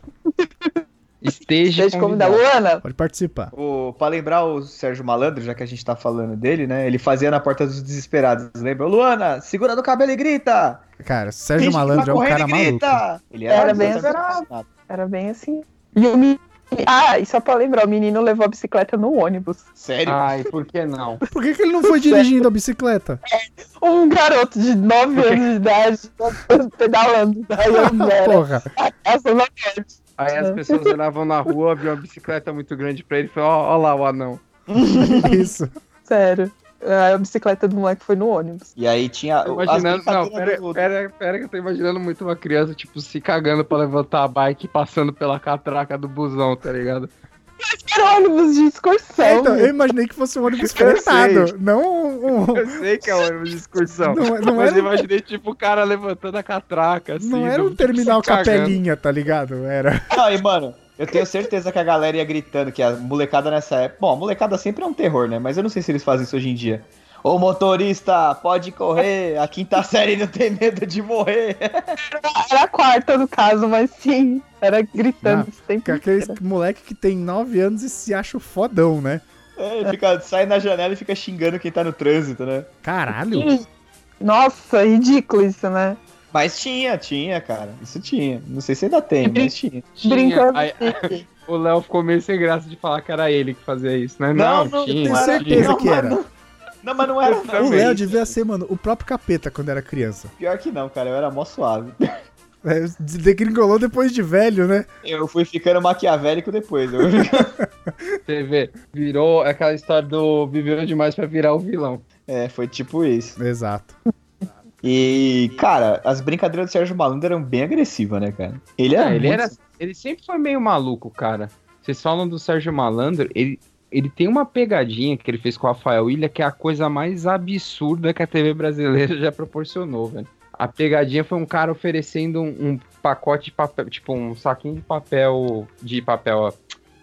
Esteja Deixa eu convidar. convidado. Luana, Pode participar. O, pra lembrar o Sérgio Malandro, já que a gente tá falando dele, né? Ele fazia na porta dos desesperados, lembra? Ô, Luana, segura no cabelo e grita! Cara, Sérgio Finge que tá Malandro é um correndo cara e maluco. grita! Ele Era era, bem exatamente exagerado. assim. era bem assim. E o menino E- Ah, e só pra lembrar, o menino levou a bicicleta no ônibus. Sério? Ah. Ai, por que não? Por que, que ele não foi dirigindo a bicicleta? Um garoto de 9 Por quê? anos de idade pedalando da Yandera Porra. a casa na frente. Aí as pessoas olhavam na rua, viam uma bicicleta muito grande pra ele e falavam, ó, ó lá o anão. Isso. Sério. Ah, A bicicleta do moleque foi no ônibus. E aí tinha. Tô imaginando, as não, brincadeiras pera, do- pera, pera que eu tô imaginando muito uma criança, tipo, se cagando pra levantar a bike e passando pela catraca do busão, tá ligado? Era um ônibus de excursão. É, então, eu imaginei que fosse um ônibus Eu fretado. Não um. um- Eu sei que é ônibus de excursão. Não- não mas era- um eu imaginei, tipo, o cara levantando a catraca, assim. não era um do- terminal se cagando. capelinha, tá ligado? Era. Não, e mano, eu tenho certeza que a galera ia gritando que a molecada nessa época. Bom, a molecada sempre é um terror, né? Mas eu não sei se eles fazem isso hoje em dia. Ô motorista, pode correr, a quinta série não tem medo de morrer. Era a quarta, no caso, mas sim. Era gritando esse tempo Que é Aqueles inteiro. moleque que tem 9 anos e se acha o fodão, né? É, fica, sai na janela e fica xingando quem tá no trânsito, né? Caralho. Nossa, ridículo isso, né? Mas tinha, tinha, cara. Isso tinha. Não sei se ainda tem, mas tinha. Tinha. Brincando. Aí, assim. o Léo ficou meio sem graça de falar que era ele que fazia isso, né? Não, não, Eu tinha, tenho Sim, certeza não, que era. mano. Não, mas não era. O Não. também. Léo devia ser, mano, o próprio capeta quando era criança. Pior que não, cara. Eu era mó suave. É, Degringolou depois de velho, né? Eu fui ficando maquiavélico depois. Eu... Você vê, virou aquela história do viveu demais pra virar o vilão. É, foi tipo isso. Exato. E, cara, as brincadeiras do Sérgio Malandro eram bem agressivas, né, cara? Ele era. Ah, ele, muito- era, ele sempre foi meio maluco, cara. Vocês falam do Sérgio Malandro, ele, ele tem uma pegadinha que ele fez com o Rafael Ilha que é a coisa mais absurda que a TV brasileira já proporcionou, velho. A pegadinha foi um cara oferecendo um, um pacote de papel, tipo um saquinho de papel, de papel, ó,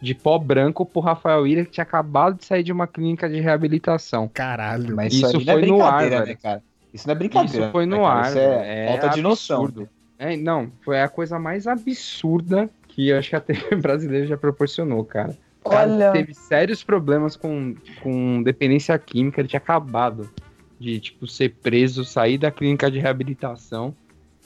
de pó branco pro Rafael Ilha que tinha acabado de sair de uma clínica de reabilitação. Caralho. Mas isso, Isso aí não é foi no ar, brincadeira, né, velho. cara? Isso não é brincadeira. Isso foi né, no cara? ar. Isso é, velho. falta de noção. absurdo. É, não, foi a coisa mais absurda que eu acho que a TV brasileira já proporcionou, cara. O cara Olha. Teve sérios problemas com, com dependência química, ele tinha acabado de, tipo, ser preso, sair da clínica de reabilitação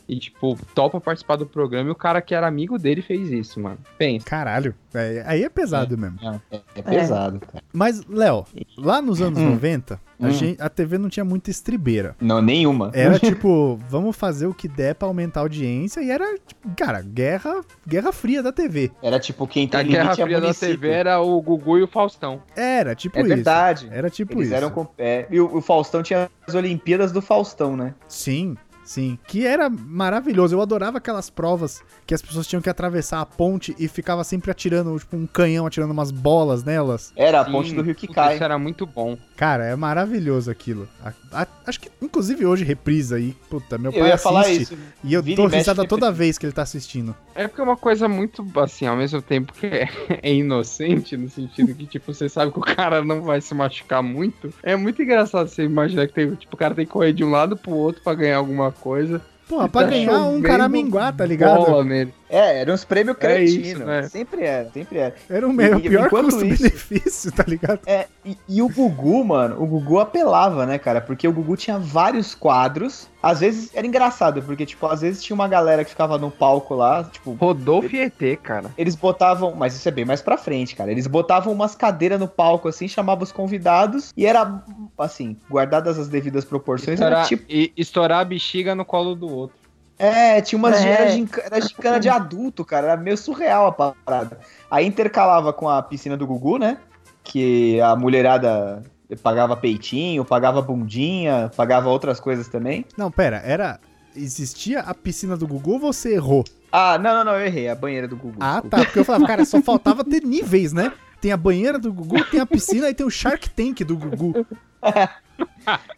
e, tipo, topa participar do programa e o cara que era amigo dele fez isso, mano. Pensa. Caralho. É, aí é pesado mesmo. Não, é, é pesado, cara. Mas, Léo, lá nos anos Hum. 90, a, Hum. gente- a TV não tinha muita estribeira. Não, nenhuma. É. Era tipo, vamos fazer o que der pra aumentar a audiência. E era, tipo, cara, guerra, guerra fria da TV. Era tipo quem tem A Guerra limite é Fria da município. TV era o Gugu e o Faustão. Era tipo É isso. verdade. Era tipo Eles isso. eram. com- é, e o, o Faustão tinha as Olimpíadas do Faustão, né? Sim, sim. Que era maravilhoso. Eu adorava aquelas provas que as pessoas tinham que atravessar a ponte e ficava sempre atirando, tipo, um canhão atirando umas bolas nelas. Era a Sim, ponte do Rio que puta, cai. Isso era muito bom. Cara, é maravilhoso aquilo. A- a- acho que, inclusive, hoje reprisa aí. Puta, é meu Eu pai ia falar assiste. isso. E eu Vira dou e mexe, risada ele toda vez que ele tá assistindo. É porque é uma coisa muito, assim, ao mesmo tempo que é, é inocente, no sentido que, tipo, você sabe que o cara não vai se machucar muito. É muito engraçado você imaginar que tem, tipo, o cara tem que correr de um lado pro outro pra ganhar alguma coisa. Então, Porra, pra Tá ganhar um chovendo caraminguá, tá ligado? Bola nele. É, eram uns prêmios É isso, cretinos. né? Sempre era, sempre era. Era o, me- o E- e pior enquanto custo-benefício, tá ligado? É, e, e o Gugu, mano, o Gugu apelava, né, cara? Porque o Gugu tinha vários quadros. Às vezes era engraçado, porque, tipo, às vezes tinha uma galera que ficava no palco lá, tipo. Rodolfo e ET, cara. Eles botavam, mas isso é bem mais pra frente, cara. Eles botavam umas cadeiras no palco, assim, chamavam os convidados, e era, assim, guardadas as devidas proporções, era Estourar, tipo. e estourar a bexiga no colo do outro. É, tinha umas. É. Era, ginca- era gincana de adulto, cara. Era meio surreal a parada. Aí intercalava com a piscina do Gugu, né? Que a mulherada pagava peitinho, pagava bundinha, pagava outras coisas também. Não, pera, era. Existia a piscina do Gugu ou você errou? Ah, não, não, não, eu errei. A banheira do Gugu. Ah, desculpa. tá. Porque eu falava, cara, só faltava ter níveis, né? Tem a banheira do Gugu, tem a piscina e tem o Shark Tank do Gugu.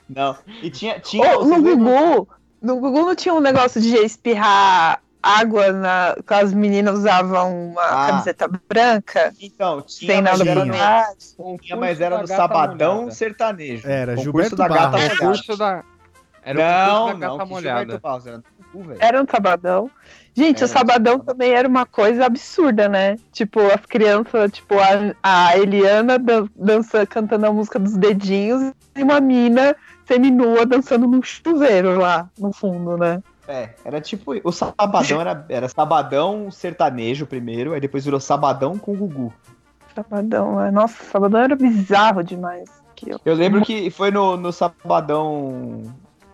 Não. E tinha. tinha Ô, Oh, no Gugu, no Gugu não tinha um negócio de espirrar água na. que as meninas usavam uma Ah. camiseta branca? Então, tinha, sem mas nada era Tinha. por no, trás. tinha, mas era Ah, um da no gata Sabadão molhada. Sertanejo. Era Concurso Gilberto da Gata Barros. Molhada. Concurso É da. Era o Não, concurso da não, gata que Gilberto molhada. Barros era do Gugu, velho. Era um sabadão. Gente, Era o sabadão um sabadão. também era uma coisa absurda, né? Tipo, as crianças, tipo, a, a Eliana dan- dança, cantando a música dos dedinhos e uma mina seminua dançando num chuveiro lá no fundo, né? É, era tipo. O sabadão era, era sabadão sertanejo primeiro, aí depois virou sabadão com Gugu. Sabadão, é. Nossa, Sabadão era bizarro demais. Que eu... Eu lembro que foi no, no sabadão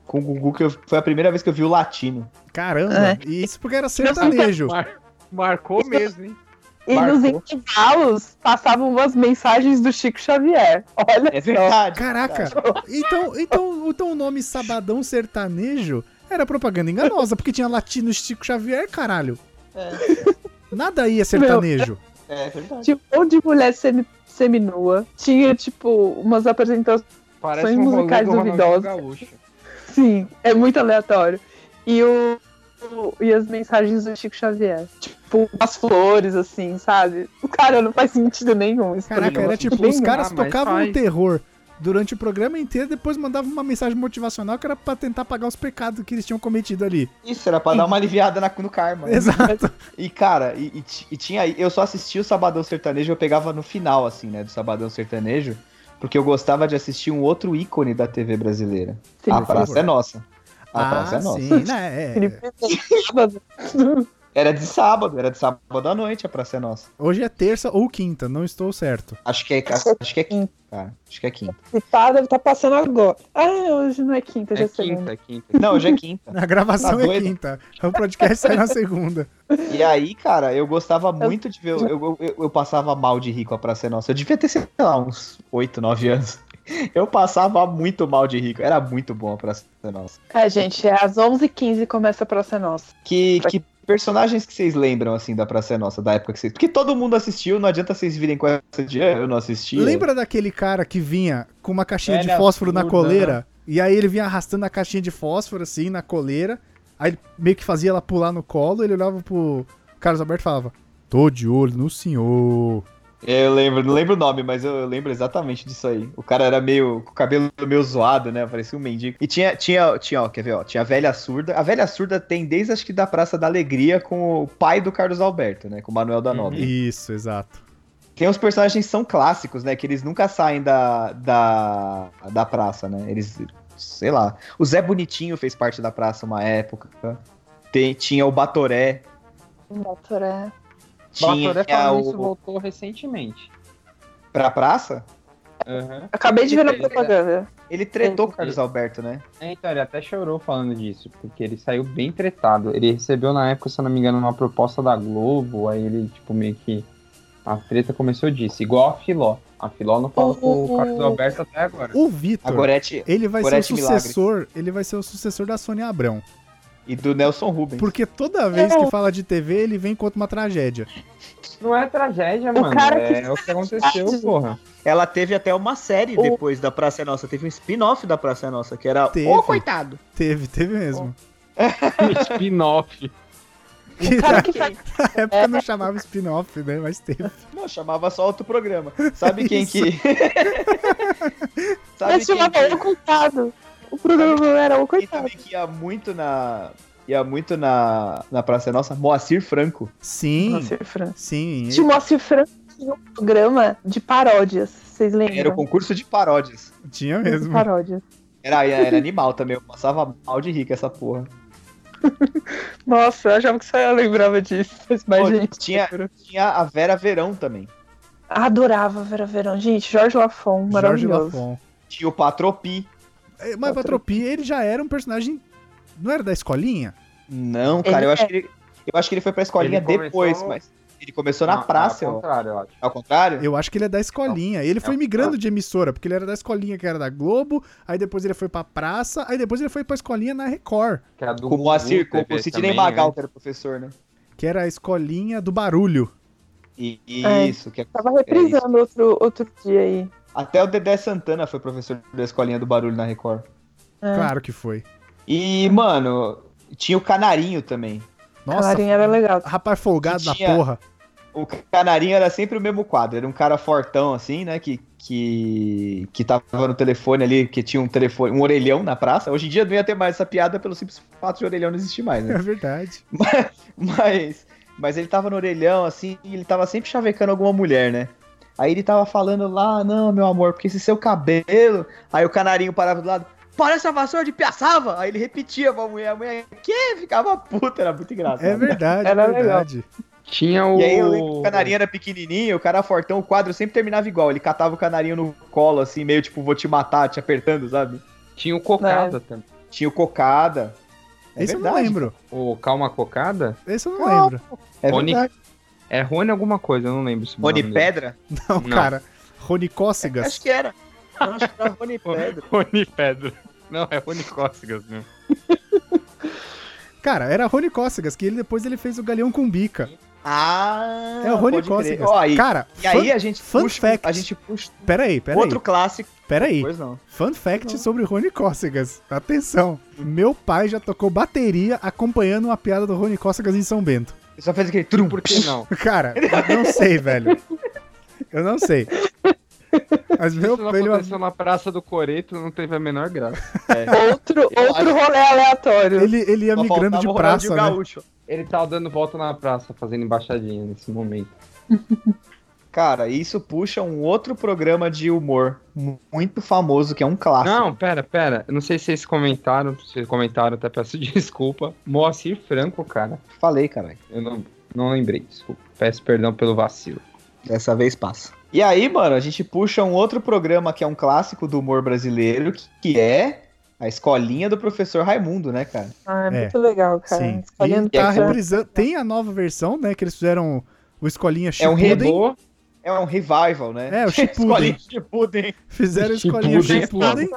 com Gugu que eu- foi a primeira vez que eu vi o latino. Caramba, É. e isso porque era sertanejo. Mar- marcou mesmo, hein? E Marcou. nos intervalos passavam umas mensagens do Chico Xavier. Olha É só. verdade. Caraca, então, então, então o nome Sabadão Sertanejo era propaganda enganosa, porque tinha latino Chico Xavier, caralho. Nada aí é sertanejo. É verdade. Tinha um monte de mulher semi, seminua. Tinha, tipo, umas apresentações. Parece Sonhos um rolê musicais do Ronaldinho duvidosos. Gaúcho. Sim, é muito aleatório. E, o, o- e as mensagens do Chico Xavier. Tipo, as flores, assim, sabe? O cara não faz sentido nenhum. Isso Caraca, também. era tipo, Nenhum. os caras Ah, mas tocavam o faz. terror durante o programa inteiro, depois mandavam uma mensagem motivacional que era pra tentar pagar os pecados que eles tinham cometido ali. Isso, era pra dar uma aliviada na, no karma. Exato. E, cara, e, e ti- e tinha. Eu só assistia o Sabadão Sertanejo, eu pegava no final, assim, né, do Sabadão Sertanejo, porque eu gostava de assistir um outro ícone da TV brasileira. Sim. a Praça é Nossa. A Ah, Praça é Nossa. sim, né? Ele é. precisava- Era de sábado, era de sábado à noite a Praça é Nossa. Hoje é terça ou quinta, não estou certo. Acho que é, acho que é quinta, cara. Acho que é quinta. E tá, deve estar passando agora. Ah, hoje não é quinta, já É é segunda. quinta, é quinta. Não, hoje é quinta. A gravação Tá é doido? quinta, o podcast sai na segunda. E aí, cara, eu gostava muito de ver. Eu, eu, eu- eu passava mal de rico a Praça é Nossa. Eu devia ter, sei lá, uns 8, 9 anos. Eu passava muito mal de rico. Era muito bom a Praça é Nossa. É, gente, é às 11h15 começa a Praça é Nossa. Que, que personagens que vocês lembram, assim, da Praça é Nossa, da época que vocês. Porque todo mundo assistiu, não adianta vocês virem com essa de "Ah, eu não assisti. Lembra daquele cara que vinha com uma caixinha de Velha fósforo na surda, né? coleira? E aí ele vinha arrastando a caixinha de fósforo, assim, na coleira. Aí ele meio que fazia ela pular no colo, ele olhava pro Carlos Alberto e falava: Tô de olho no senhor. Eu lembro, não lembro o nome, mas eu, eu lembro exatamente disso aí. O cara era meio. com o cabelo meio zoado, né? Parecia um mendigo. E tinha, tinha, tinha, ó, quer ver, ó? Tinha a velha surda. A velha surda tem desde acho que da Praça da Alegria com o pai do Carlos Alberto, né? Com o Manuel da Nobre. Uhum. Isso, exato. Tem uns personagens que são clássicos, né? Que eles nunca saem da, da, da praça, né? Eles. Sei lá. O Zé Bonitinho fez parte da praça uma época. Tem- tinha o Batoré. Doutora. Tinha Batoré é falando isso o. voltou recentemente. Pra praça? Aham. Acabei de ver na Ele- propaganda. Ele tretou com o Ele- Carlos Alberto, né? É, Então, ele até chorou falando disso, porque ele saiu bem tretado. Ele recebeu, na época, se eu não me engano, uma proposta da Globo, aí ele, tipo, meio que... A treta começou disso, igual a Filó. A Filó não falou com o Carlos Alberto até agora. O Vitor, A Gorete ele vai ser Gorete o sucessor, ele vai ser o sucessor da Sônia Abrão. e do Nelson Rubens. Porque toda vez É. que fala de TV, ele vem e conta uma tragédia. Não é tragédia, mano. cara é que- o que aconteceu, porra. Ela teve até uma série O- depois da Praça é Nossa. Teve um spin-off da Praça é Nossa, que era Teve. Ô Coitado. Teve, teve mesmo. Spin-off. Que O na cara que faz época É. não chamava spin-off, né? Mas teve. Não, chamava só outro programa. Sabe quem que. Sabe Mas quem, chamava que... é? Então, o coitado. O programa não era o quem coitado. também que ia muito na. Ia muito na, na Praça é Nossa? Moacir Franco. Sim, Moacir Franco. sim. Tinha um o Moacir Franco tinha um programa de paródias. Vocês lembram? Era o concurso de paródias. um Tinha De mesmo. Paródias. Era, era animal também. Eu passava mal de rica essa porra. Nossa, eu achava que só eu lembrava disso. Mas, Pô, gente. tinha- Tinha a Vera Verão também. Adorava Vera Verão. Gente, Jorge Lafon, Jorge maravilhoso. Lafon. Tinha o Patropi. É, Mas Tá Outra. Patropi, ele já era um personagem. Não era da escolinha? Não, cara, Ele eu acho é. que ele. Eu acho que ele foi pra escolinha Ele começou- depois, mas. Ele começou na Não, praça, Ao eu- contrário, eu acho. ao contrário? Eu acho que ele é da escolinha. Ele foi É. Não. migrando de emissora, porque ele era da escolinha que era da Globo, aí depois ele foi pra praça, aí depois ele foi pra escolinha na Record, Que é a do Com o Gugu Moacir, com TV o Sidney também, Magal, né? que era professor, né? que era a escolinha do barulho. E, e É. isso, que é- Tava é isso. reprisando outro, outro dia aí. Até o Dedé Santana foi professor da escolinha do barulho na Record. É. Claro que foi. E, mano, tinha o Canarinho também. Nossa, Clarinha era legal. rapaz folgado da Tinha- porra. O Canarinho era sempre o mesmo quadro, era um cara fortão, assim, né? Que, que, que tava no telefone ali, que tinha um telefone, um orelhão na praça. Hoje em dia não ia ter mais essa piada pelo simples fato de orelhão não existir mais, né? É verdade. Mas, mas ele tava no orelhão, assim, e ele tava sempre chavecando alguma mulher, né? Aí ele tava falando lá, não, meu amor, porque esse seu cabelo. Aí o canarinho parava do lado. parece uma vassoura de piaçava. Aí ele repetia pra mulher, a mulher, que? Ficava puta, era muito engraçado. É verdade, é Era legal. verdade. Tinha o. E aí eu lembro que o canarinho era pequenininho, o cara fortão, o quadro sempre terminava igual. Ele catava o canarinho no colo, assim, meio tipo, vou te matar, te apertando, sabe? Tinha o cocada também. Tinha o cocada. É Esse eu não verdade. lembro. O Calma Cocada? Esse eu não Calma. lembro. É Rony- verdade. É Rony alguma coisa, eu não lembro. se o Rony nome dele. Pedra? Não, Não. cara. Rony Acho Cócegas. que era. Eu acho que era Rony Pedra. Rony Pedra. Não, é Rony Cócegas mesmo. Cara, era Rony Cócegas, que ele depois ele fez o Galeão com Bica. Ah, É o Rony pode crer. Cócegas. Ó, aí, Cara, e aí fun- a gente fun puxa, fact. a gente puxa peraí, peraí. outro clássico. Peraí. Pois não. Fun fact sobre Rony Cócegas. Atenção. Meu pai já tocou bateria acompanhando uma piada do Rony Cócegas em São Bento. Ele só fez aquele trum. Por que não? Cara, eu não sei, velho. Eu não sei. Mas meu é Isso não filho. aconteceu na Praça do Coreto, não teve a menor graça. Ah, Outro, outro rolê aleatório. Ele, ele ia Só migrando de faltava o praça, né? Ronaldinho Gaúcho. Ele tava dando volta na praça, fazendo embaixadinha nesse momento. Cara, isso puxa um outro programa de humor mu- muito famoso, que é um clássico. Não, pera, pera. Eu Não sei se vocês comentaram, se vocês comentaram, até peço desculpa. Moacir Franco, cara. Falei, caralho. Eu não, não lembrei, desculpa. Peço perdão pelo vacilo. Dessa vez passa. E aí, mano, a gente puxa um outro programa que é um clássico do humor brasileiro, que, que é a escolinha do professor Raimundo, né, cara? Ah, é, É. muito legal, cara. Sim. Escolhendo E tá pra- reprisando. Tem a nova versão, né? Que eles fizeram o Escolinha É um Shippuden. rebô, é um revival, né? É, o Shippuden. Escolinha É Shippuden. Fizeram o Escolinha Shippuden. Shippuden.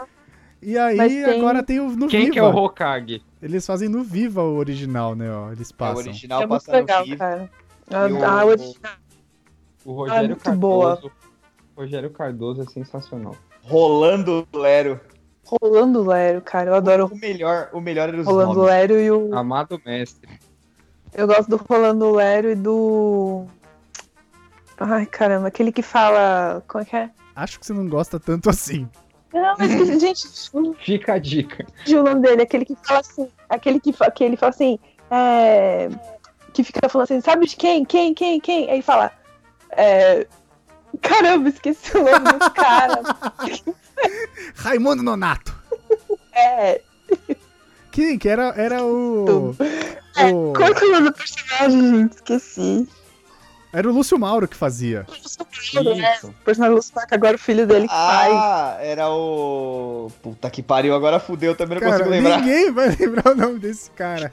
E aí Mas tem- agora tem o no Quem Viva. que é o Hokage? Eles fazem no Viva o original, né? ó, eles É o passam. original é muito passando legal, vivo. cara. E o- A, a original. O Rogério Ah, muito Cardoso. boa. Rogério Cardoso é sensacional. Rolando Lero. Rolando Lero, cara. Eu adoro O melhor, o melhor era o os Rolando nomes. Ah. Lero e o. Amado mestre. Eu gosto do Rolando Lero e do. Ai, caramba, aquele que fala. Como é que é? Acho que você não gosta tanto assim. Não, mas que, gente, Fica a dica. de o nome dele, aquele que fala assim, aquele que, fa- que ele fala assim, é, que fica falando assim, sabe de quem, quem, quem, quem? Aí fala, é, caramba, esqueci o nome do cara. Raimundo Nonato. É, Que, que era, era o, o- qual que é o nome do personagem, gente? Esqueci. Era o Lúcio Mauro que fazia. Isso. O personagem do Saca, agora o filho dele que faz. Ah, era o. Puta que pariu, agora fudeu, também não Cara, consigo lembrar. ninguém vai lembrar o nome desse cara.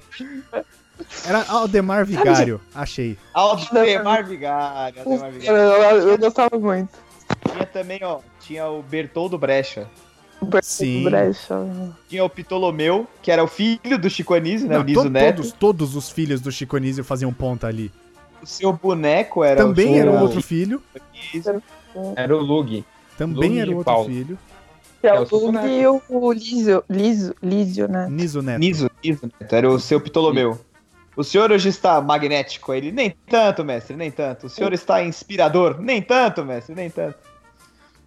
Era Aldemar Vigário, achei. Aldemar Vigário, Aldemar Eu, Vigário. eu- eu gostava muito. Tinha também, ó, tinha o Bertoldo Brecha. O personagem Sim. do Brecha. Tinha o Ptolomeu, que era o filho do Chico Anísio, né? Não, o Niso to- Neto. todos, todos os filhos do Chico Anísio faziam ponta ali. O seu boneco era o também seu era um outro filho. Anísio. Era o Lug. Também Lula era de um outro Paulo. filho. Que é É, o o Suzuki. Doug e o, o Lísio, Lísio, Lísio, né? Niso Neto. Niso, Niso Neto, era o seu Ptolomeu. O senhor hoje está magnético, ele nem tanto, mestre, nem tanto. O senhor está inspirador, nem tanto, mestre, nem tanto.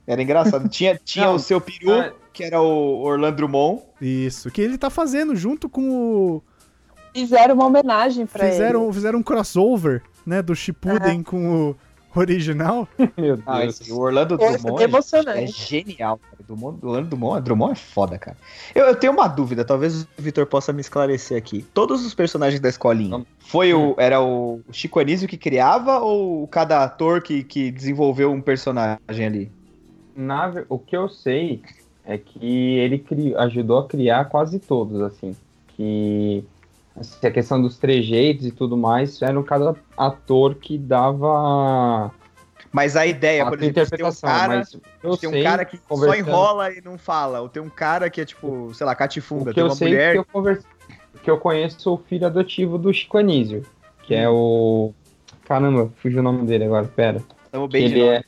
Era engraçado. Tinha, tinha Não, o seu peru, ah. que era o Orlando Drummond. Isso, que ele tá fazendo junto com o. Fizeram uma homenagem pra ele. Fizeram, fizeram um crossover, né? Do Shippuden com o original. Meu Ah, Deus. esse, o um Orlando Nossa, Drummond que é- emocionante. é genial. Cara. Drummond, Orlando Drummond, Drummond é foda, cara. Eu, eu tenho uma dúvida, talvez o Vitor possa me esclarecer aqui. Todos os personagens da escolinha, Vamos. foi o, era o Chico Anísio que criava ou cada ator que, que desenvolveu um personagem ali? Na ver- o que eu sei é que ele cri- ajudou a criar quase todos, assim. Que assim, a questão dos trejeitos e tudo mais, era cada ator que dava Mas a ideia, a por tua exemplo, tem um interpretação. cara, mas eu tem sei, um cara que só conversando- enrola e não fala, ou tem um cara que é tipo, sei lá, o catifunda, que tem eu uma sei é mulher... que eu, converse- que eu conheço o filho adotivo do Chico Anísio, que Hum. é o... Caramba, fugiu o nome dele agora, pera. Tamo Que bem de ele nome. é...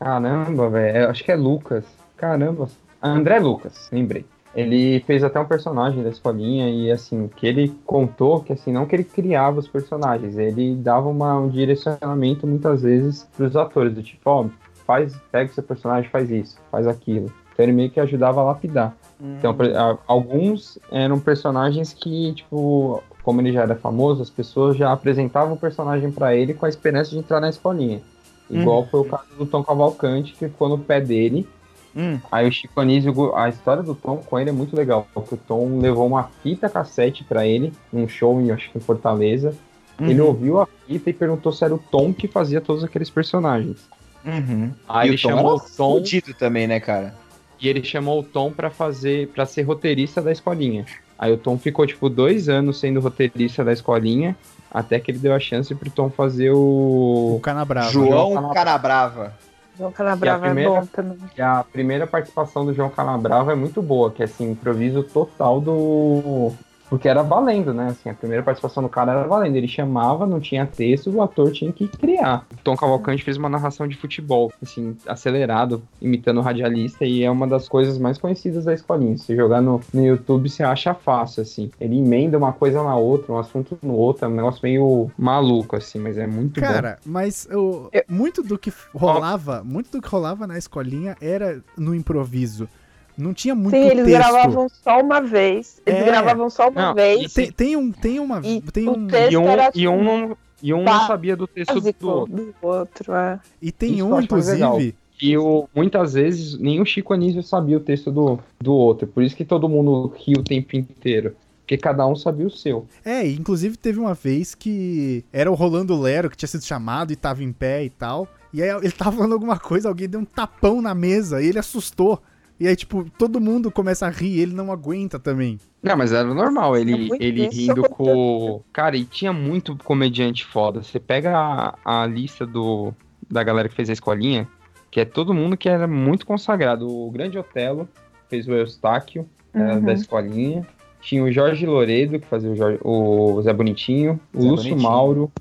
Caramba, velho. eu Acho que é Lucas. Caramba. André Lucas, lembrei. Ele fez até um personagem da escolinha e, assim, o que ele contou, que, assim, não que ele criava os personagens, ele dava uma, um direcionamento, muitas vezes, pros atores, do tipo, ó, faz, pega o seu personagem, faz isso, faz aquilo. Então ele meio que ajudava a lapidar. Hum, Então, por- a- alguns eram personagens que, tipo, como ele já era famoso, as pessoas já apresentavam o personagem pra ele com a Uhum. esperança de entrar na escolinha. Igual foi o caso do Tom Cavalcante, que ficou no pé dele Hum. Aí o Chico Anísio, go- a história do Tom com ele é muito legal, porque o Tom levou uma fita cassete pra ele, num show em, acho que em Fortaleza. Ele Uhum. ouviu a fita e perguntou se era o Tom que fazia todos aqueles personagens. Uhum. Aí E ele chamou o era Tom fudido também, né, cara? e ele chamou o Tom pra fazer, para ser roteirista da escolinha. Aí o Tom ficou tipo dois anos sendo roteirista da escolinha, até que ele deu a chance pro Tom fazer O o Canabrava. João João Canabrava. né? João Calabrava E a primeira- é bom também. E a primeira participação do João Calabrava é muito boa, que é assim, improviso total do. Porque era valendo, né? Assim, a primeira participação do cara era valendo. Ele chamava, não tinha texto, o ator tinha que criar. O Tom Cavalcante fez uma narração de futebol, assim, acelerado, imitando o radialista, e é uma das coisas mais conhecidas da escolinha. Se jogar no, no YouTube, você acha fácil, assim. Ele emenda uma coisa na outra, um assunto no outro, é um negócio meio maluco, assim, mas é muito bom. Cara, mas o- Eu- muito do que f- rolava, muito do que rolava na escolinha era no improviso. Não tinha muito Sim, eles texto. gravavam só uma vez. Eles É. gravavam só uma Não, vez. Tem, tem um, tem uma, E tem o um, texto- E um, Esse era e um, não, e um não básico. sabia do texto do outro. básico do outro. é. e tem Isso eu um acho mais legal. inclusive. E o, muitas vezes nem o Chico Anísio sabia o texto do, do outro. Por isso que todo mundo ria o tempo inteiro. Porque cada um sabia o seu. É, e inclusive teve uma vez que era o Rolando Lero que tinha sido chamado e tava em pé e tal. E aí ele tava falando alguma coisa, alguém deu um tapão na mesa e ele assustou. E aí, tipo, todo mundo começa a rir, ele não aguenta também. Não, mas era normal ele, muito ele isso rindo com. Cara, e tinha muito comediante foda. Você pega a, a lista do, da galera que fez a escolinha, que é todo mundo que era muito consagrado. O Grande Otelo fez o Eustáquio era Uhum. da escolinha. Tinha o Jorge Loredo, que fazia o, Jorge- o Zé Bonitinho, o Zé Lúcio Bonitinho. Mauro,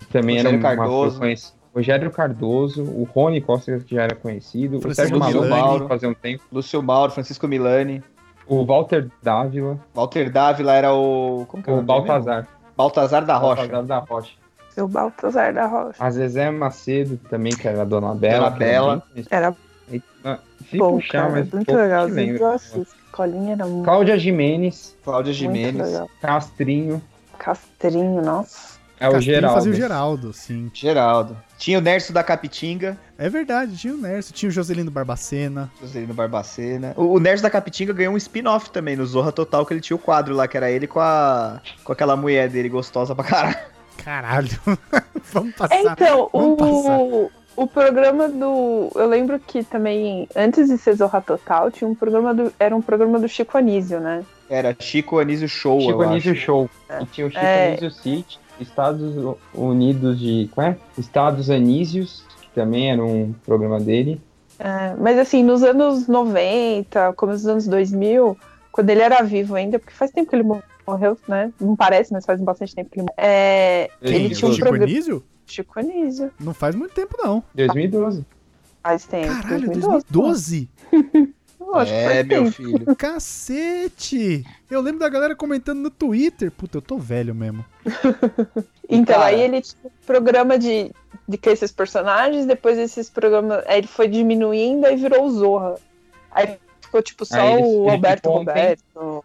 que também Rogério era um ator Cardoso. né? conhecido. Rogério Cardoso, o Rony Costa, que já era conhecido, Francisco o Sérgio Milani. Mauro, fazia um tempo, Lúcio Mauro, Francisco Milani. o Walter Dávila, Walter Dávila era o. Como que era o o nome dele Baltazar, mesmo? Baltazar da Rocha. Baltazar da Rocha. O Baltazar da Rocha. A Zezé Macedo também, que era a Dona Bela. Dona que era Bela. bem conhecida. Era Se bom, puxar, cara. Tipo um mas Muito pouco legal. que Os lembra. negócios. Colinha era muito, Cláudia Jimenez, Cláudia muito Jimenez. legal. Castrinho, Castrinho, nossa. é o Castrinho Geraldo. Fazia o Geraldo, sim. Geraldo. Tinha o Nerso da Capitinga, É verdade, tinha o Nerso, tinha o Joselino Barbacena. Juscelino Barbacena. O, o Nerso da Capitinga ganhou um spin-off também no Zorra Total, que ele tinha o quadro lá, que era ele com a. com aquela mulher dele gostosa pra caralho. Caralho. Vamos É, passar. então, vamos o, o programa do. Eu lembro que também, antes de ser Zorra Total, tinha um programa do. Era um programa do Chico Anísio, né? Era Chico Anísio Show, Chico eu Anísio acho. Show. E tinha o Chico É. Anísio City, Estados Unidos de. Qual é? Estados Anísios, que também era um programa dele. É, mas assim, nos anos 90, começo dos anos 2000, quando ele era vivo ainda, porque faz tempo que ele morreu, né? Não parece, mas faz bastante tempo que ele morreu. É, ele Sim, tinha um Chico programa. Anísio? Chico Anísio. Não faz muito tempo, não. 2012. Faz tempo. Caralho, 2012? Eu acho que É, faz meu tempo. filho. Cacete! Eu lembro da galera comentando no Twitter. Puta, eu tô velho mesmo. Então, Cara. aí ele tinha um programa de, de criar esses personagens, depois esses programas. Aí ele foi diminuindo e virou o Zorra. Aí ficou tipo só Aí ele- o ele Alberto ficou um Roberto.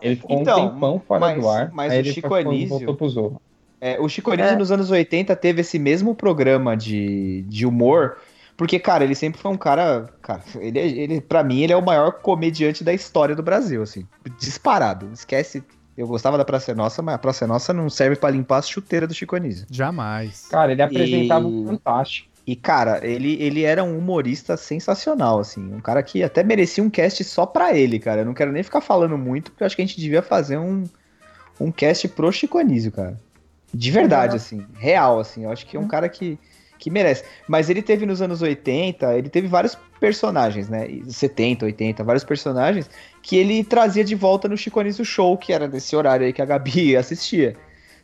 Ele ficou Então, um tempão fora mas- do ar. mas aí o ele Chico foi- Anísio- voltou pro Zorro. É, o Chico Anísio É. nos anos 80 teve esse mesmo programa de, de humor, porque, cara, ele sempre foi um cara, cara, ele, é- ele para mim ele é o maior comediante da história do Brasil, assim, disparado. Esquece, eu gostava da Praça é Nossa, mas a Praça é Nossa não serve pra limpar as chuteiras do Chico Anísio. Jamais. Cara, ele apresentava E- um fantástico. E, cara, ele, ele era um humorista sensacional, assim. Um cara que até merecia um cast só pra ele, cara. Eu não quero nem ficar falando muito, porque eu acho que a gente devia fazer um, um cast pro Chico Anísio, cara. De verdade, assim. Real, assim. Eu acho que é um cara que, que merece. Mas ele teve nos anos 80, ele teve vários personagens, né? E 70, 80, vários personagens que ele trazia de volta no Chico Anísio Show, que era nesse horário aí que a Gabi assistia.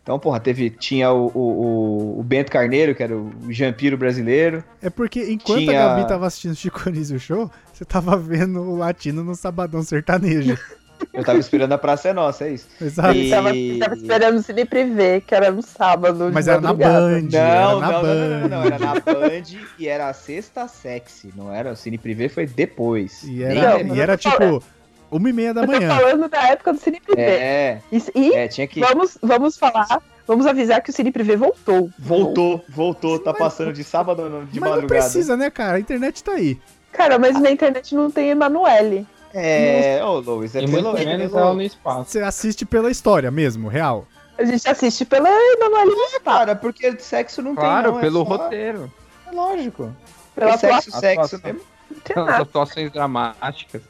Então, porra, teve, tinha o, o, o- o Bento Carneiro, que era o Jampiro brasileiro. É porque enquanto Tinha- a Gabi tava assistindo Chico Anísio Show, você tava vendo o latino no Sabadão Sertanejo. Eu tava esperando a Praça é Nossa, é isso. Exato. E- Ele tava, ele tava esperando o Felipe ver, que era no sábado. de Mas era na madrugada. Band. era Não, na não, não, Band. não, não, não, era na Band e era a Sexta Sexy, não era? O Cine Privé foi depois. E Nem era, Não, e era tipo uma e meia da Eu tô manhã. falando da época do Cine É, Privé. é, E, e é, tinha que. vamos, vamos falar, vamos avisar que o Cine Privé voltou. Voltou, voltou, tá Mas- passando de sábado de Mas não madrugada. precisa, né, cara? A internet tá aí. Cara, mas na internet não tem Emanuele. É, ô Luiz, é E pelo muito menos. menos ela no espaço. Você assiste pela história mesmo, real. A gente assiste pela Emanuele Municipal, Cara, porque sexo não Claro, tem. Não, é pelo só- roteiro. É lógico. pela É sexo, tua- sexo atuação. mesmo. não tem As nada. atuações dramáticas.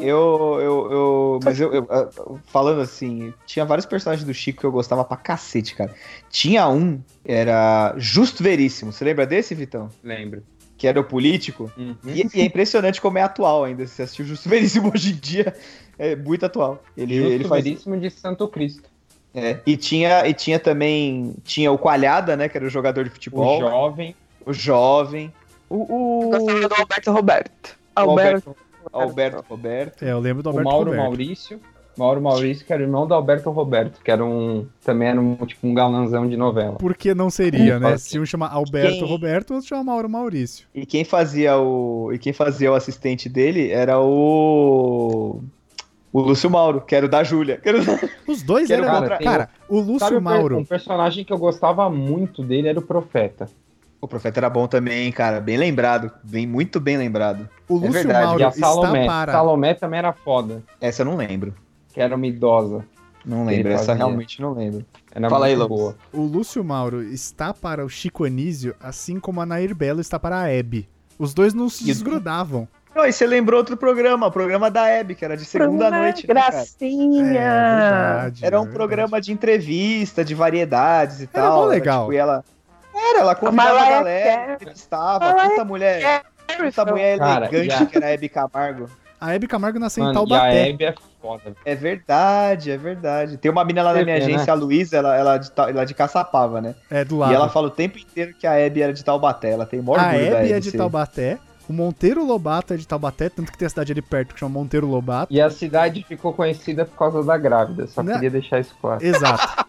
Eu, eu, eu, mas eu, eu, ah, falando assim, tinha vários personagens do Chico que eu gostava pra cacete, cara. Tinha um, era Justo Veríssimo. Você lembra desse, Vitão? Lembro. Que era o político. Uhum. E, e é impressionante como é atual ainda. Se você assistir o Justo Veríssimo hoje em dia, é muito atual. Ele, Justo ele faz. Veríssimo de Santo Cristo. é. E tinha, e tinha também, tinha o Coalhada, né? Que era o jogador de O futebol. jovem. o jovem. Eu O, o Gostava do Alberto Roberto. Alberto. Alberto Roberto. É, eu lembro do o Alberto Mauro Roberto. Maurício. Mauro Maurício, que era irmão do Alberto Roberto, que era um. Também era um tipo um galanzão de novela. Por que não seria, né? Fala assim. Se um chama Alberto Quem- Roberto, outro chama Mauro Maurício. E quem fazia o. E quem fazia o assistente dele era o. O Lúcio Mauro, que era o da Júlia. que era o- Os dois Quero eram. contra- Cara, o Sabe Lúcio um per- um Mauro. personagem que eu gostava muito dele era o Profeta. O Profeta era bom também, cara. Bem lembrado. Bem, muito bem lembrado. O Lúcio verdade, Mauro E a está Salomé. para. Salomé também era foda, Essa eu não lembro. que era uma idosa. Não Ele lembro. Essa fazia. realmente não lembro. Era Fala aí, muito Lucas. boa. O Lúcio Mauro está para o Chico Anísio, assim como a Nair Belo está para a Hebe. Os dois não se E- desgrudavam. Não, e você lembrou outro programa, o programa da Hebe, que era de segunda à noite. né, cara? É É, Era um Gracinha. verdade. é programa de entrevista, de variedades e Era tal. mó né? legal. Tipo, e ela. Era, ela convidava a Mariah galera, Carey. entrevistava. Mariah Puta mulher, É, puta mulher Cara, elegante e a- que era a Hebe Camargo. A Hebe Camargo nasceu em Mano, e a Taubaté. Hebe é foda. É verdade, é verdade. Tem uma mina lá na Você minha vê, agência, né? a Luísa, ela, ela, de, Ta- ela é de Caçapava, né? É, do E lado. ela fala o tempo inteiro que a Hebe era de Taubaté. Ela tem maior a orgulho da Hebe Hebe. é de ser- Taubaté. O Monteiro Lobato é de Taubaté, tanto que tem a cidade ali perto que chama Monteiro Lobato. E a cidade ficou conhecida por causa da grávida, só Né? queria deixar isso claro. Exato.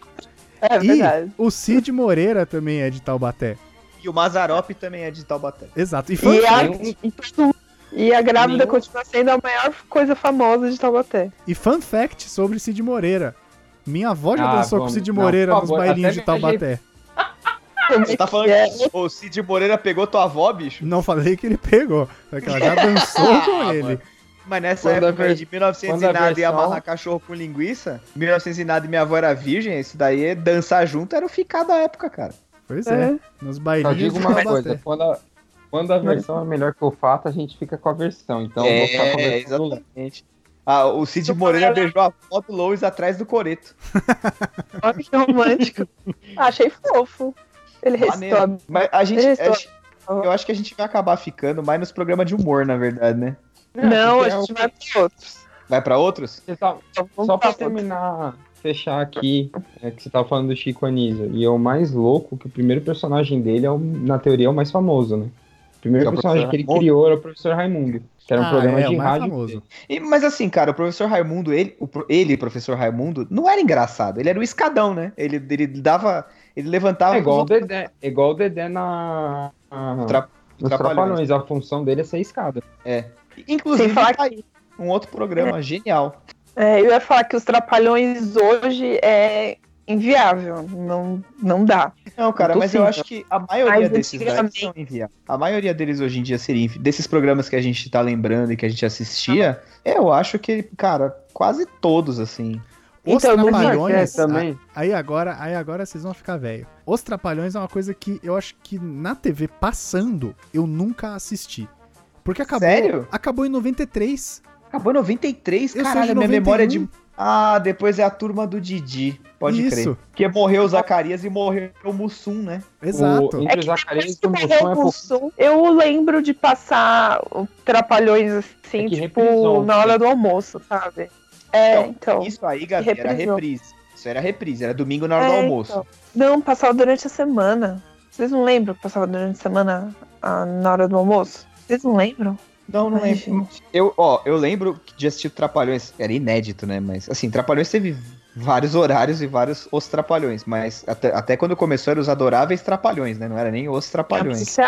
É verdade. E o Cid Moreira também é de Taubaté. E o Mazarope também é de Taubaté. Exato. E fun E a, fact, e tudo. E a grávida Nenhum. continua sendo a maior coisa famosa de Taubaté. E fun fact sobre Cid Moreira. Minha avó já Ah, dançou vamos. com o Cid Não, Moreira por nos favor, bailinhos até de Taubaté. Você tá falando É. que o Cid Moreira pegou tua avó, bicho? Não falei que ele pegou. Só que ela já dançou com Ah, ele. Mas nessa Quando a época ver- de 1900 quando e a nada e versão- amarrar cachorro com linguiça, 1900 e nada e minha avó era virgem, isso daí é dançar junto era o ficar da época, cara. Pois é. É. Nos Só bailinhos digo de uma Taubaté. coisa, quando a, quando a versão é melhor que o fato, a gente fica com a versão. Então eu vou ficar com a é, versão do Léo. exatamente. Ah, o Cid Moreira né? beijou a avó do Lois atrás do coreto. Olha que um romântico. Achei fofo. Ele Maneiro. restou Mas a gente. Isso. acho- eu acho que a gente vai acabar ficando mais nos programas de humor, na verdade, né? Não, É, a gente vai para outros. Vai pra outros? Você tá- Então, vamos Só pra pra outros. terminar, fechar aqui, é que você tava falando do Chico Anísio. E é o mais louco que o primeiro personagem dele é, o- na teoria, é o mais famoso, né? O primeiro Que é o personagem professor que ele Raimundo. criou era o professor Raimundo, que era um Ah, programa é, de o mais rádio. famoso. E- mas assim, cara, o professor Raimundo, ele, o, pro- ele, professor Raimundo, não era engraçado. Ele era o escadão, né? Ele, ele dava. Ele levantava. É igual o pros outros- Dedé, é igual o Dedé na. na- Tra- Nos Trapalhões. Trapalhões, a função dele é ser escada. Inclusive, Sem falar tá aí um outro programa genial. É, eu ia falar que os trapalhões hoje é inviável. Não, não dá. Não, cara, Muito mas eu simples. acho que a maioria Mas desses daí antigamente- são inviáveis. A maioria deles hoje em dia seria invi- desses programas que a gente tá lembrando e que a gente assistia, eu acho que, cara, quase todos, assim. Os Então, não Trapalhões. tinha Aí agora, aí agora vocês vão ficar velho. Os Trapalhões é uma coisa que eu acho que na TV passando eu nunca assisti. Porque acabou, Sério? acabou em 93. Acabou em Eu sou 93, de caralho, minha 91. memória é de. Ah, depois é a turma do Didi, pode crer. Isso, Porque morreu o Zacarias e morreu o Mussum, né? exato. O, É entre que os Zacarias depois e que o morreu Moção é o pouco. Mussum, eu lembro de passar o trapalhões assim, É que tipo, reprisou, na hora do almoço, sabe? É, então. Isso aí, Gabi, era reprisou. reprise. Isso era reprise, era domingo na hora do É, almoço. então. Não, passava durante a semana. Vocês não lembram que passava durante a semana ah, na hora do almoço? Vocês não lembram? Tá Não, não Ai, lembro. Eu, ó, eu lembro de assistir Trapalhões, era inédito, né? Mas, assim, Trapalhões teve vários horários e vários Os Trapalhões, mas até, até quando começou era os Adoráveis Trapalhões, né? Não era nem Os Trapalhões. Isso é,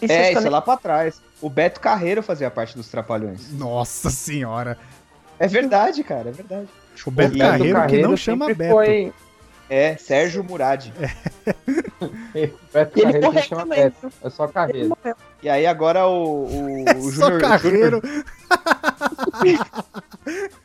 isso É, é, isso é lá pra trás. O Beto Carreiro fazia parte dos Trapalhões. Nossa senhora. É verdade, cara, é verdade. O Beto E- Carreiro, que não sempre chama Beto. Foi, É, Sérgio Murad. Beto E ele Carreiro se morreu chama também. Beto. É só Ele Carreiro. morreu. E aí agora o, o, o É Só Júnior- carreiro.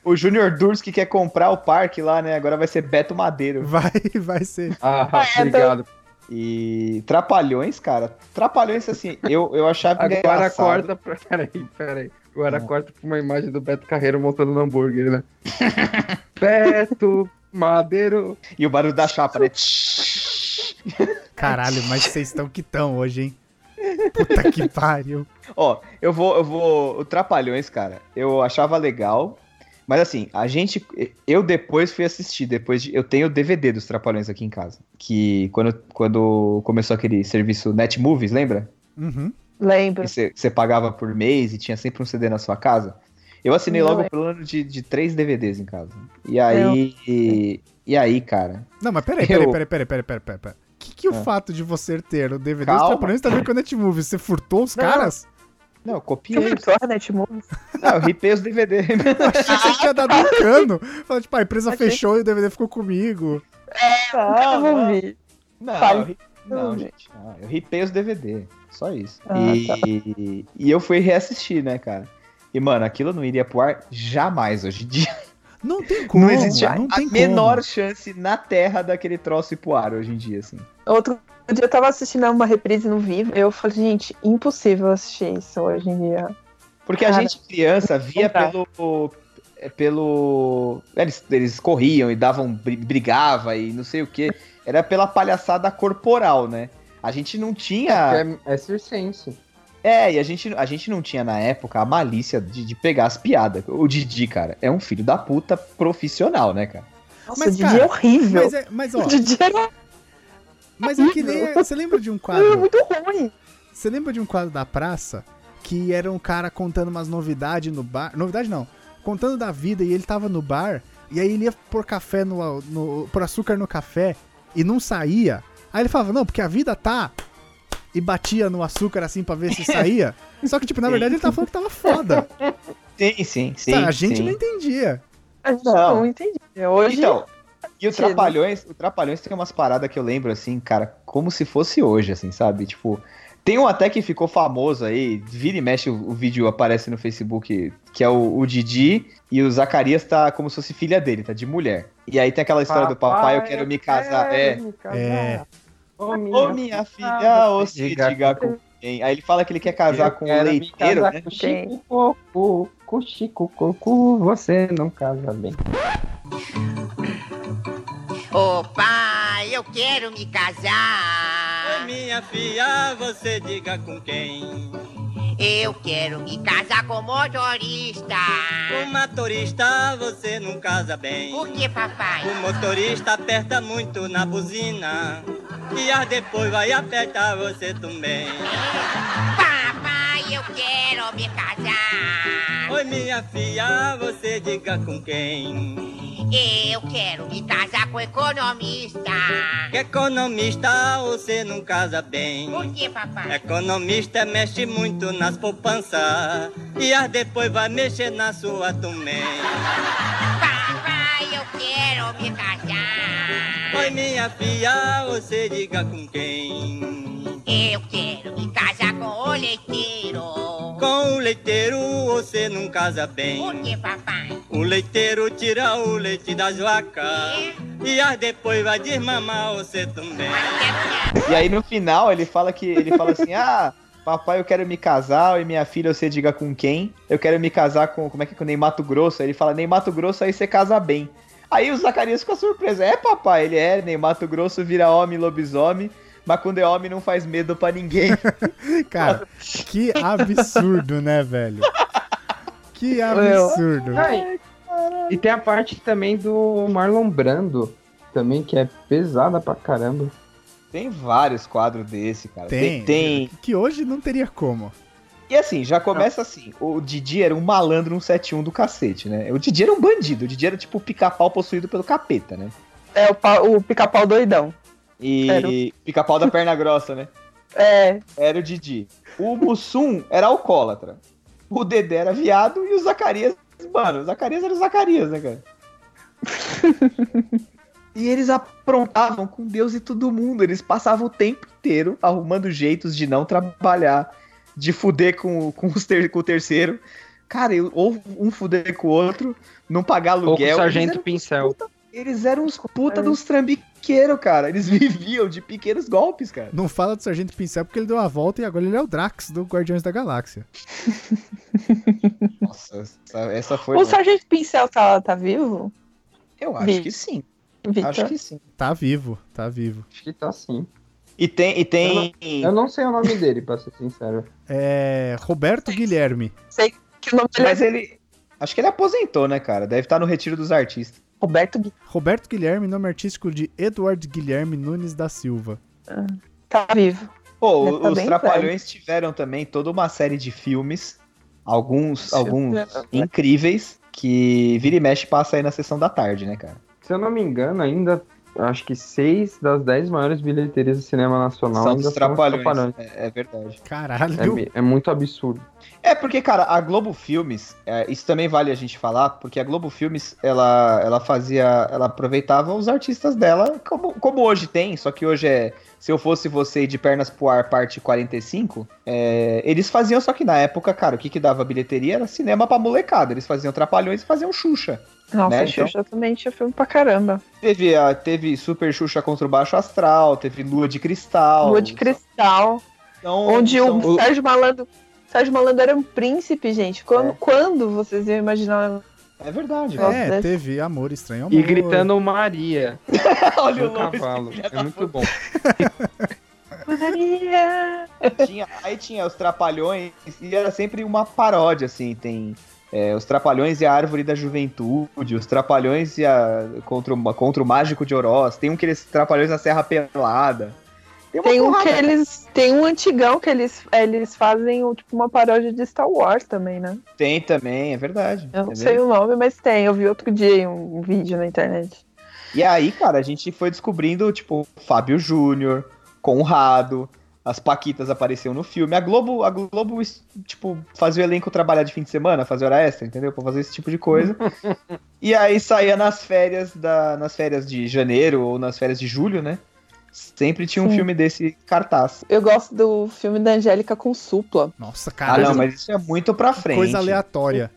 o Júnior Durski quer comprar o parque lá, né? Agora vai ser Beto Madeiro. Vai, vai ser. é, Ah, tá Beto. obrigado. E Trapalhões, cara. Trapalhões, assim, eu, eu achava ele Agora engraçado. corta pra. Peraí, peraí. Agora corta pra uma imagem do Beto Carreiro montando um hambúrguer, né? Beto, Madeiro. E o barulho da chapa, né? Caralho, mas vocês estão que tão hoje, hein? Puta que pariu. Ó, eu vou, eu vou. O Trapalhões, cara, eu achava legal. Mas assim, a gente. Eu depois fui assistir, depois de, eu tenho o DVD dos Trapalhões aqui em casa. Que quando, quando começou aquele serviço Net Movies, lembra? Uhum. Lembro. Que você você pagava por mês e tinha sempre um CD na sua casa. Eu assinei Não logo é. o plano de, de três DVDs em casa. E aí. E, aí, cara? Não, mas peraí, peraí, Eu- peraí, peraí, peraí, peraí, peraí. peraí. Que que o É. fato de você ter o DVD Calma. dos Trapalhões tá vendo com a Netmovie? Você furtou os Não. caras? Não, eu Você copiei. virtual, né, Timóteo? Não, eu ripei os DVDs. Eu achei que você tinha dado um cano. Falou, tipo, a empresa Achei. fechou e o DVD ficou comigo. É, Nunca Não, não. devolvi. Não, Fale. eu ri- não, gente. não. eu ripei os DVD. Só isso. Ah, e... e eu fui reassistir, né, cara? E, mano, aquilo não iria pro ar jamais hoje em dia. Não tem como, não existe a, não a tem como. menor chance na terra daquele troço ir pro ar hoje em dia, assim. Outro dia eu tava assistindo uma reprise no vivo. Eu falei, gente, impossível assistir isso hoje em dia. Porque a Cara, gente, criança, via Então não tá. dá. pelo. é, pelo. Eles, eles corriam e davam. bri- brigava e não sei o quê. Era pela palhaçada corporal, né? A gente não tinha. É, é circense. É, e a gente, a gente não tinha na época a malícia de, de pegar as piadas. O Didi, cara, é um filho da puta profissional, né, cara? Nossa, Mas, o Didi cara, é horrível. Mas, é, mas, ó, O Didi era mas é que nem... Você lembra de um quadro muito ruim. Você lembra de um quadro da praça que era um cara contando umas novidades no bar? Novidade não, contando da vida e ele tava no bar e aí ele ia pôr café no, no pôr açúcar no café e não saía. Aí ele falava: "Não, porque a vida tá" e batia no açúcar assim pra ver se saía. Só que tipo, na verdade ele tava falando que tava foda. Sim, sim, sim. Tá, a gente sim. não entendia. A gente Não. não, entendi. Hoje, Então, e o Sentido. Trapalhões, o Trapalhões tem umas paradas que eu lembro, assim, cara, como se fosse hoje, assim, sabe? Tipo, tem um até que ficou famoso aí, vira e mexe, o, o vídeo aparece no Facebook, que é o, o Didi e o Zacarias tá como se fosse filha dele, tá? De mulher. E aí tem aquela história do papai, eu quero me casar. É. me É. Ô, minha, Ô minha filha, ou se diga diga com quem? Aí ele fala que ele quer casar eu com um quero me leiteiro, casar né? Com Chico Coco, com Chico Coco, você não casa bem. Ô pai, eu quero me Ô, casar. minha filha, você diga com quem? Eu quero me casar com motorista. Com motorista você não casa bem. Por que, papai? O motorista aperta muito na buzina. E as depois vai apertar você também. Papai, eu quero me casar. Oi, minha filha, você diga com quem? Eu quero me casar com economista. Que economista você não casa bem. Por que, papai? Economista mexe muito nas poupanças. E as depois vai mexer na sua também. Papai, eu quero me casar. Oi, minha filha, você diga com quem? Eu quero me casar com o leiteiro. Com o leiteiro você não casa bem. Por que, papai? O leiteiro tira o leite das vacas. E as depois vai desmamar você também. E aí no final ele fala que ele fala assim: "Ah, papai, eu quero me casar e minha filha você diga com quem? Eu quero me casar com, como é que é, com o Ney Mato Grosso?" Aí ele fala: "Ney Mato Grosso aí você casa bem." Aí o Zacarias fica surpreso. É, papai, ele é, Ney Mato Grosso vira homem, lobisomem, mas quando é homem não faz medo pra ninguém. Cara, que absurdo, né, velho? Que absurdo. Ai, e tem a parte também do Marlon Brando, também que é pesada pra caramba. Tem vários quadros desse, cara. Tem. tem Que hoje não teria como. E assim, já começa assim. O Didi era um malandro 171 do cacete, né? O Didi era um bandido. O Didi era tipo o pica-pau possuído pelo capeta, né? é o, pa- o pica-pau doidão. Era E pica-pau da perna grossa, né? É, Era o Didi. O Mussum era alcoólatra. O Dedé era viado e o Zacarias. Mano, o Zacarias era o Zacarias, né, cara? E eles aprontavam com Deus e todo mundo. Eles passavam o tempo inteiro arrumando jeitos de não trabalhar, de fuder com, com, os ter- com o terceiro. Cara, eu- ou um fuder com o outro, não pagar Ou com o aluguel. Sargento Eles eram- Pincel. Eles eram uns puta de uns trambiqueiros, cara. Eles viviam de pequenos golpes, cara. Não fala do Sargento Pincel porque ele deu a volta e agora ele é o Drax do Guardiões da Galáxia. Nossa, essa, essa foi. O Sargento Pincel tá, tá vivo? Eu Vi. acho que sim. Acho Vitor? que sim. Tá vivo, tá vivo. Acho que tá sim. E tem. E tem... Eu não sei o nome dele, pra ser sincero. É. Roberto Guilherme. Que o nome dele é Mas ele. Acho que ele aposentou, né, cara? Deve estar no retiro dos artistas. Roberto Gui- Roberto Guilherme, nome artístico de Eduardo Guilherme Nunes da Silva. Tá vivo. Pô, Deve o- tá os bem Trapalhões tiveram também toda uma série de filmes, alguns, Sim. alguns é incríveis, que vira e mexe passa aí na sessão da tarde, né, cara? Se eu não me engano, ainda acho que seis das dez maiores bilheterias do cinema nacional São ainda são dos os Trapalhões. Trapalhões. É, é verdade. Caralho. É, bi- é muito absurdo. É porque, cara, a Globo Filmes, é, isso também vale a gente falar, porque a Globo Filmes, ela, ela fazia, ela aproveitava os artistas dela, como, como hoje tem, só que hoje é Se Eu Fosse Você e de Pernas Pro Ar, parte 45, é, eles faziam, só que na época, cara, o que que dava bilheteria era cinema pra molecada, eles faziam Trapalhões e faziam Xuxa. Nossa, Né, o Xuxa também tinha filme pra caramba. Teve, a, teve Super Xuxa contra o Baixo Astral, teve Lua de Cristal. Lua de Cristal. Então, onde são- o Sérgio Malandro. Sérgio Malandro era um príncipe, gente. Quando, quando vocês iam imaginar? É verdade. Nossa, né? É, deve- teve Amor Estranho Amor. E gritando Maria Olha no o Lopes. cavalo. É muito bom. Maria! Tinha- aí tinha os Trapalhões e era sempre uma paródia, assim, tem é, os Trapalhões e a Árvore da Juventude, os Trapalhões e a contra o, contra o Mágico de Oroz, tem um que eles Trapalhões na Serra Pelada. uma Tem um porrada. que eles. Tem um antigão que eles, eles fazem um, tipo uma paródia de Star Wars também, né? Tem também, é verdade. Eu não é sei verdade. o nome, mas tem. Eu vi outro dia um vídeo na internet. E aí, cara, a gente foi descobrindo, tipo, Fábio Júnior, Conrado, as Paquitas apareciam no filme. A Globo, a Globo, es- tipo, fazia o elenco trabalhar de fim de semana, fazer hora extra, entendeu? Pra fazer esse tipo de coisa. e aí saía nas férias da, nas férias de janeiro ou nas férias de julho, né? Sempre tinha um Sim. filme desse cartaz. Eu gosto do filme da Angélica com supla. Nossa, Ah, caralho. não, mas isso é muito pra frente. Coisa aleatória.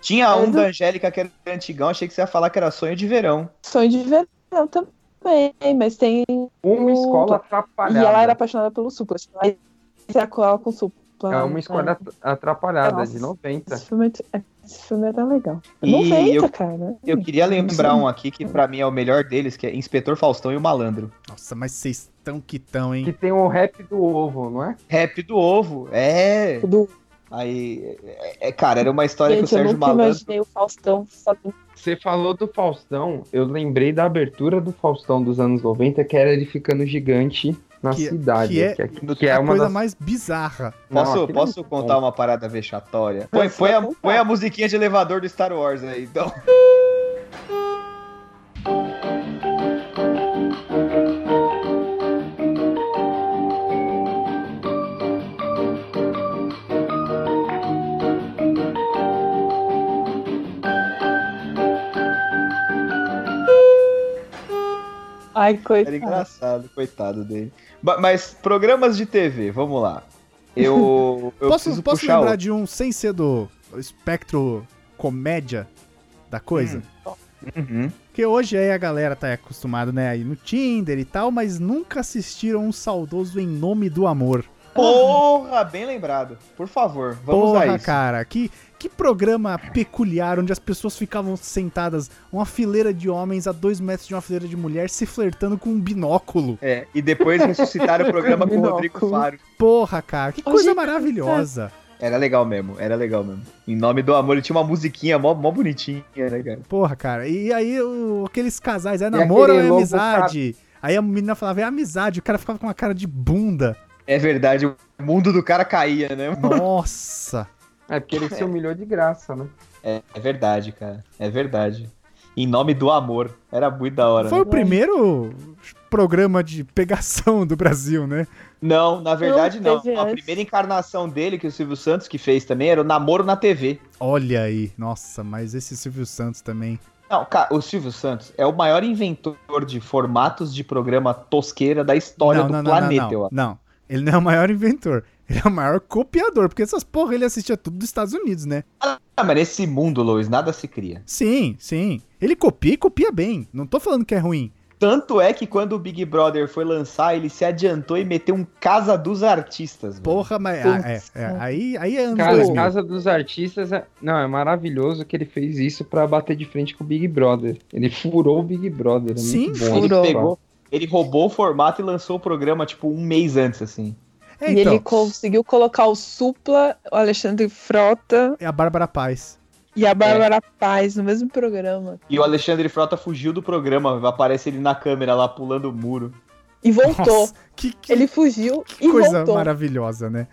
Tinha Mas um eu- da Angélica que era antigão, achei que você ia falar que era sonho de verão. Sonho de verão também, mas tem. Uma escola E atrapalhada. ela era apaixonada pelo supla. Acho que Ela era com ela com supla. É uma escola É. at- atrapalhada, Nossa. de 90. Esse filme, é- esse filme era legal. E 90, eu- cara. Eu queria lembrar um aqui que pra mim é o melhor deles, que é Inspetor Faustão e o Malandro. Nossa, mas vocês tão que tão, Que hein? tem o rap do ovo, não é? Rap do ovo, é. Do... Aí, é, é, cara, era uma história que o Gente, eu Sérgio nunca Malandro. imaginei o Faustão fazendo Você falou do Faustão, eu lembrei da abertura do Faustão dos anos 90, que era ele ficando gigante na Que- cidade. que é- que, que é a uma coisa das... mais bizarra. Não, Posso, aquele- posso contar uma parada vexatória? Põe, põe a, contar. põe a musiquinha de elevador do Star Wars aí, então. Ai, Era coitado. engraçado, coitado dele. Ba- Mas programas de TV, vamos lá. Eu, eu posso preciso posso puxar lembrar outro. de um sem ser do espectro comédia da Hum. coisa? Uhum. Porque hoje aí a galera tá acostumada, né, aí no Tinder e tal, mas nunca assistiram um saudoso em nome do amor. Porra, bem lembrado. Por favor, vamos Porra, a isso. cara, que, que programa peculiar onde as pessoas ficavam sentadas, uma fileira de homens a dois metros de uma fileira de mulher, se flertando com um binóculo. É, e depois ressuscitaram o programa com o Binóculo. Rodrigo Faro. Porra, cara, que Ô, coisa gente, maravilhosa. Era legal mesmo, era legal mesmo. Em nome do amor, ele tinha uma musiquinha mó, mó bonitinha, né, cara? Porra, cara, e aí o- aqueles casais, é aquele namoro ou é lobo amizade? Aí a menina falava, é amizade, o cara ficava com uma cara de bunda. É verdade, o mundo do cara caía, né? Nossa. É porque ele se humilhou de graça, né? É, é verdade, cara. É verdade. Em nome do amor. Era muito da hora. Foi né? o primeiro programa de pegação do Brasil, né? Não, na verdade não. Não, teve A antes. primeira encarnação dele, que o Silvio Santos que fez também, era o Namoro na TV. Olha aí, nossa, mas esse Silvio Santos também. Não, cara, o Silvio Santos é o maior inventor de formatos de programa tosqueira da história não, do não, não, planeta, não, eu não, acho. não. Ele não é o maior inventor. Ele é o maior copiador, porque essas porra ele assistia tudo dos Estados Unidos, né? Ah, mas nesse mundo, Lois, nada se cria. Sim, sim. Ele copia e copia bem. Não tô falando que é ruim. Tanto é que quando o Big Brother foi lançar, ele se adiantou e meteu um Casa dos Artistas. velho. Porra, mas ah, é, é, aí, aí é anos Cara, 2000. Casa dos Artistas é... Não, é maravilhoso que ele fez isso pra bater de frente com o Big Brother. Ele furou o Big Brother. é Sim, muito bom. Ele furou. pegou, ele roubou o formato e lançou o programa, tipo, um mês antes, assim. É, E ele então, conseguiu colocar o Supla, o Alexandre Frota é a Bárbara Paz. e a É. Bárbara Paz no mesmo programa. E o Alexandre Frota fugiu do programa, aparece ele na câmera lá, pulando o muro. E voltou. Nossa, que, que Ele fugiu e coisa voltou. maravilhosa, né?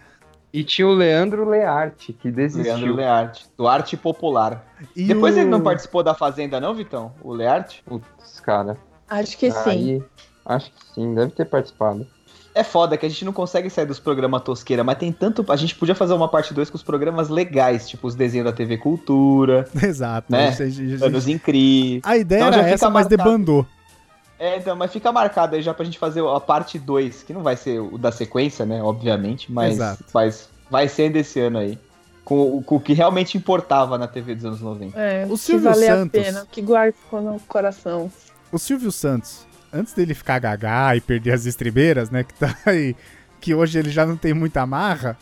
E tinha o Leandro Learte, que desistiu. Leandro Learte, do Arte Popular. E Depois o- ele não participou da Fazenda, não, Vitão? O Learte? Putz, cara. Acho que sim. Aí, acho que sim, deve ter participado. É foda que a gente não consegue sair dos programas tosqueira, mas tem tanto. A gente podia fazer uma parte 2 com os programas legais, tipo os desenhos da TV Cultura, Exato. né? a gente- Anos Incríveis. A ideia Então já era fica essa, mas marcado. debandou. É, então, mas fica marcado aí já pra gente fazer a parte 2, que não vai ser o da sequência, né? Obviamente, mas, Exato. mas vai ser desse ano aí. Com, o- com o que realmente importava na TV dos anos 90. É, O que Silvio valeu Santos. a pena, que guarda no coração. O Silvio Santos, antes dele ficar gagá e perder as estribeiras, né? Que tá aí, que hoje ele já não tem muita marra.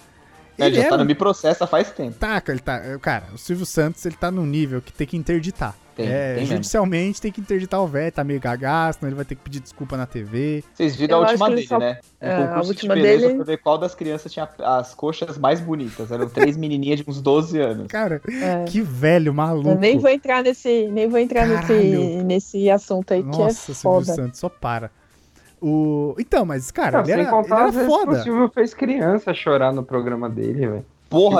Né, Ele já era tá no um Me Processa faz tempo. taca, ele tá. Cara, o Silvio Santos ele tá num nível que tem que interditar. Tem, é, tem mesmo. judicialmente tem que interditar o velho, tá meio gagá, senão ele vai ter que pedir desculpa na TV. Vocês viram Eu a acho última que ele dele, só- né? Um É, a concurso última de beleza dele- pra ver qual das crianças tinha as coxas mais bonitas. Eram três menininhas de uns 12 anos. Cara, É. que velho maluco. Eu nem vou entrar nesse, nem vou entrar nesse, Caralho. nesse assunto aí que Nossa, é Silvio foda. Santos, só para. O... Então, mas, cara, Não, ele sem era, ele contar, era às vezes, foda. o Silvio fez criança chorar no programa dele, velho. Porra,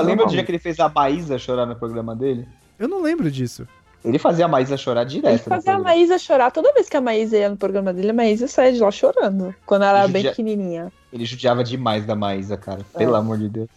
é Isso lembra não. o dia que ele fez a Maísa chorar no programa dele? Eu não lembro disso. Ele fazia a Maísa chorar Ele direto. no fazia a programa. Maísa chorar. Toda vez que a Maísa ia no programa dele, a Maísa saía de lá chorando. Quando ela era bem Judia- pequenininha. Ele judiava demais da Maísa, cara. Pelo amor de Deus.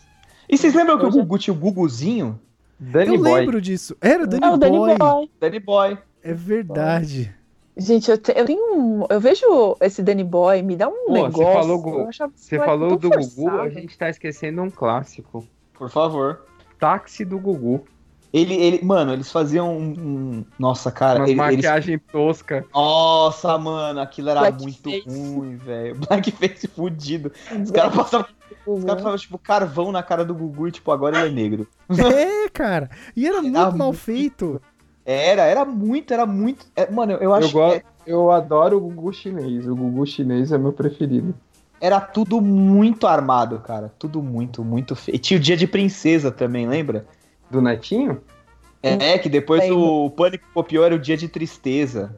E vocês lembram que o Hoje é- Gugu tinha o Guguzinho? Danny eu Boy. lembro disso. Era o Danny, É o Danny Boy. Boy. Danny Boy. É verdade. Gente, eu, te- eu tenho um. Eu vejo esse Danny Boy, me dá um Pô, você negócio. falou, Gu- eu achava um Você tão falou do Gugu, forçado. a gente tá esquecendo um clássico. Por favor. Táxi do Gugu. Ele, ele, mano, eles faziam um. um- nossa, cara. Uma Ele, eles- maquiagem tosca. Nossa, mano, aquilo era Blackface. muito ruim, velho. Blackface fudido. Os Gugu. né? caras passavam Os caras passavam, tipo, carvão na cara do Gugu e, tipo, agora ele é negro. É, cara. E era muito mal muito feito. Era, era muito, era muito. é, mano, eu, eu acho Eu, go... que eu adoro o Gugu chinês. O Gugu chinês é meu preferido. era tudo muito armado, cara. Tudo muito, muito feio. E tinha o dia de princesa também, lembra? Do Netinho? É, é, que depois Lembro. o Pânico copiou era o dia de tristeza.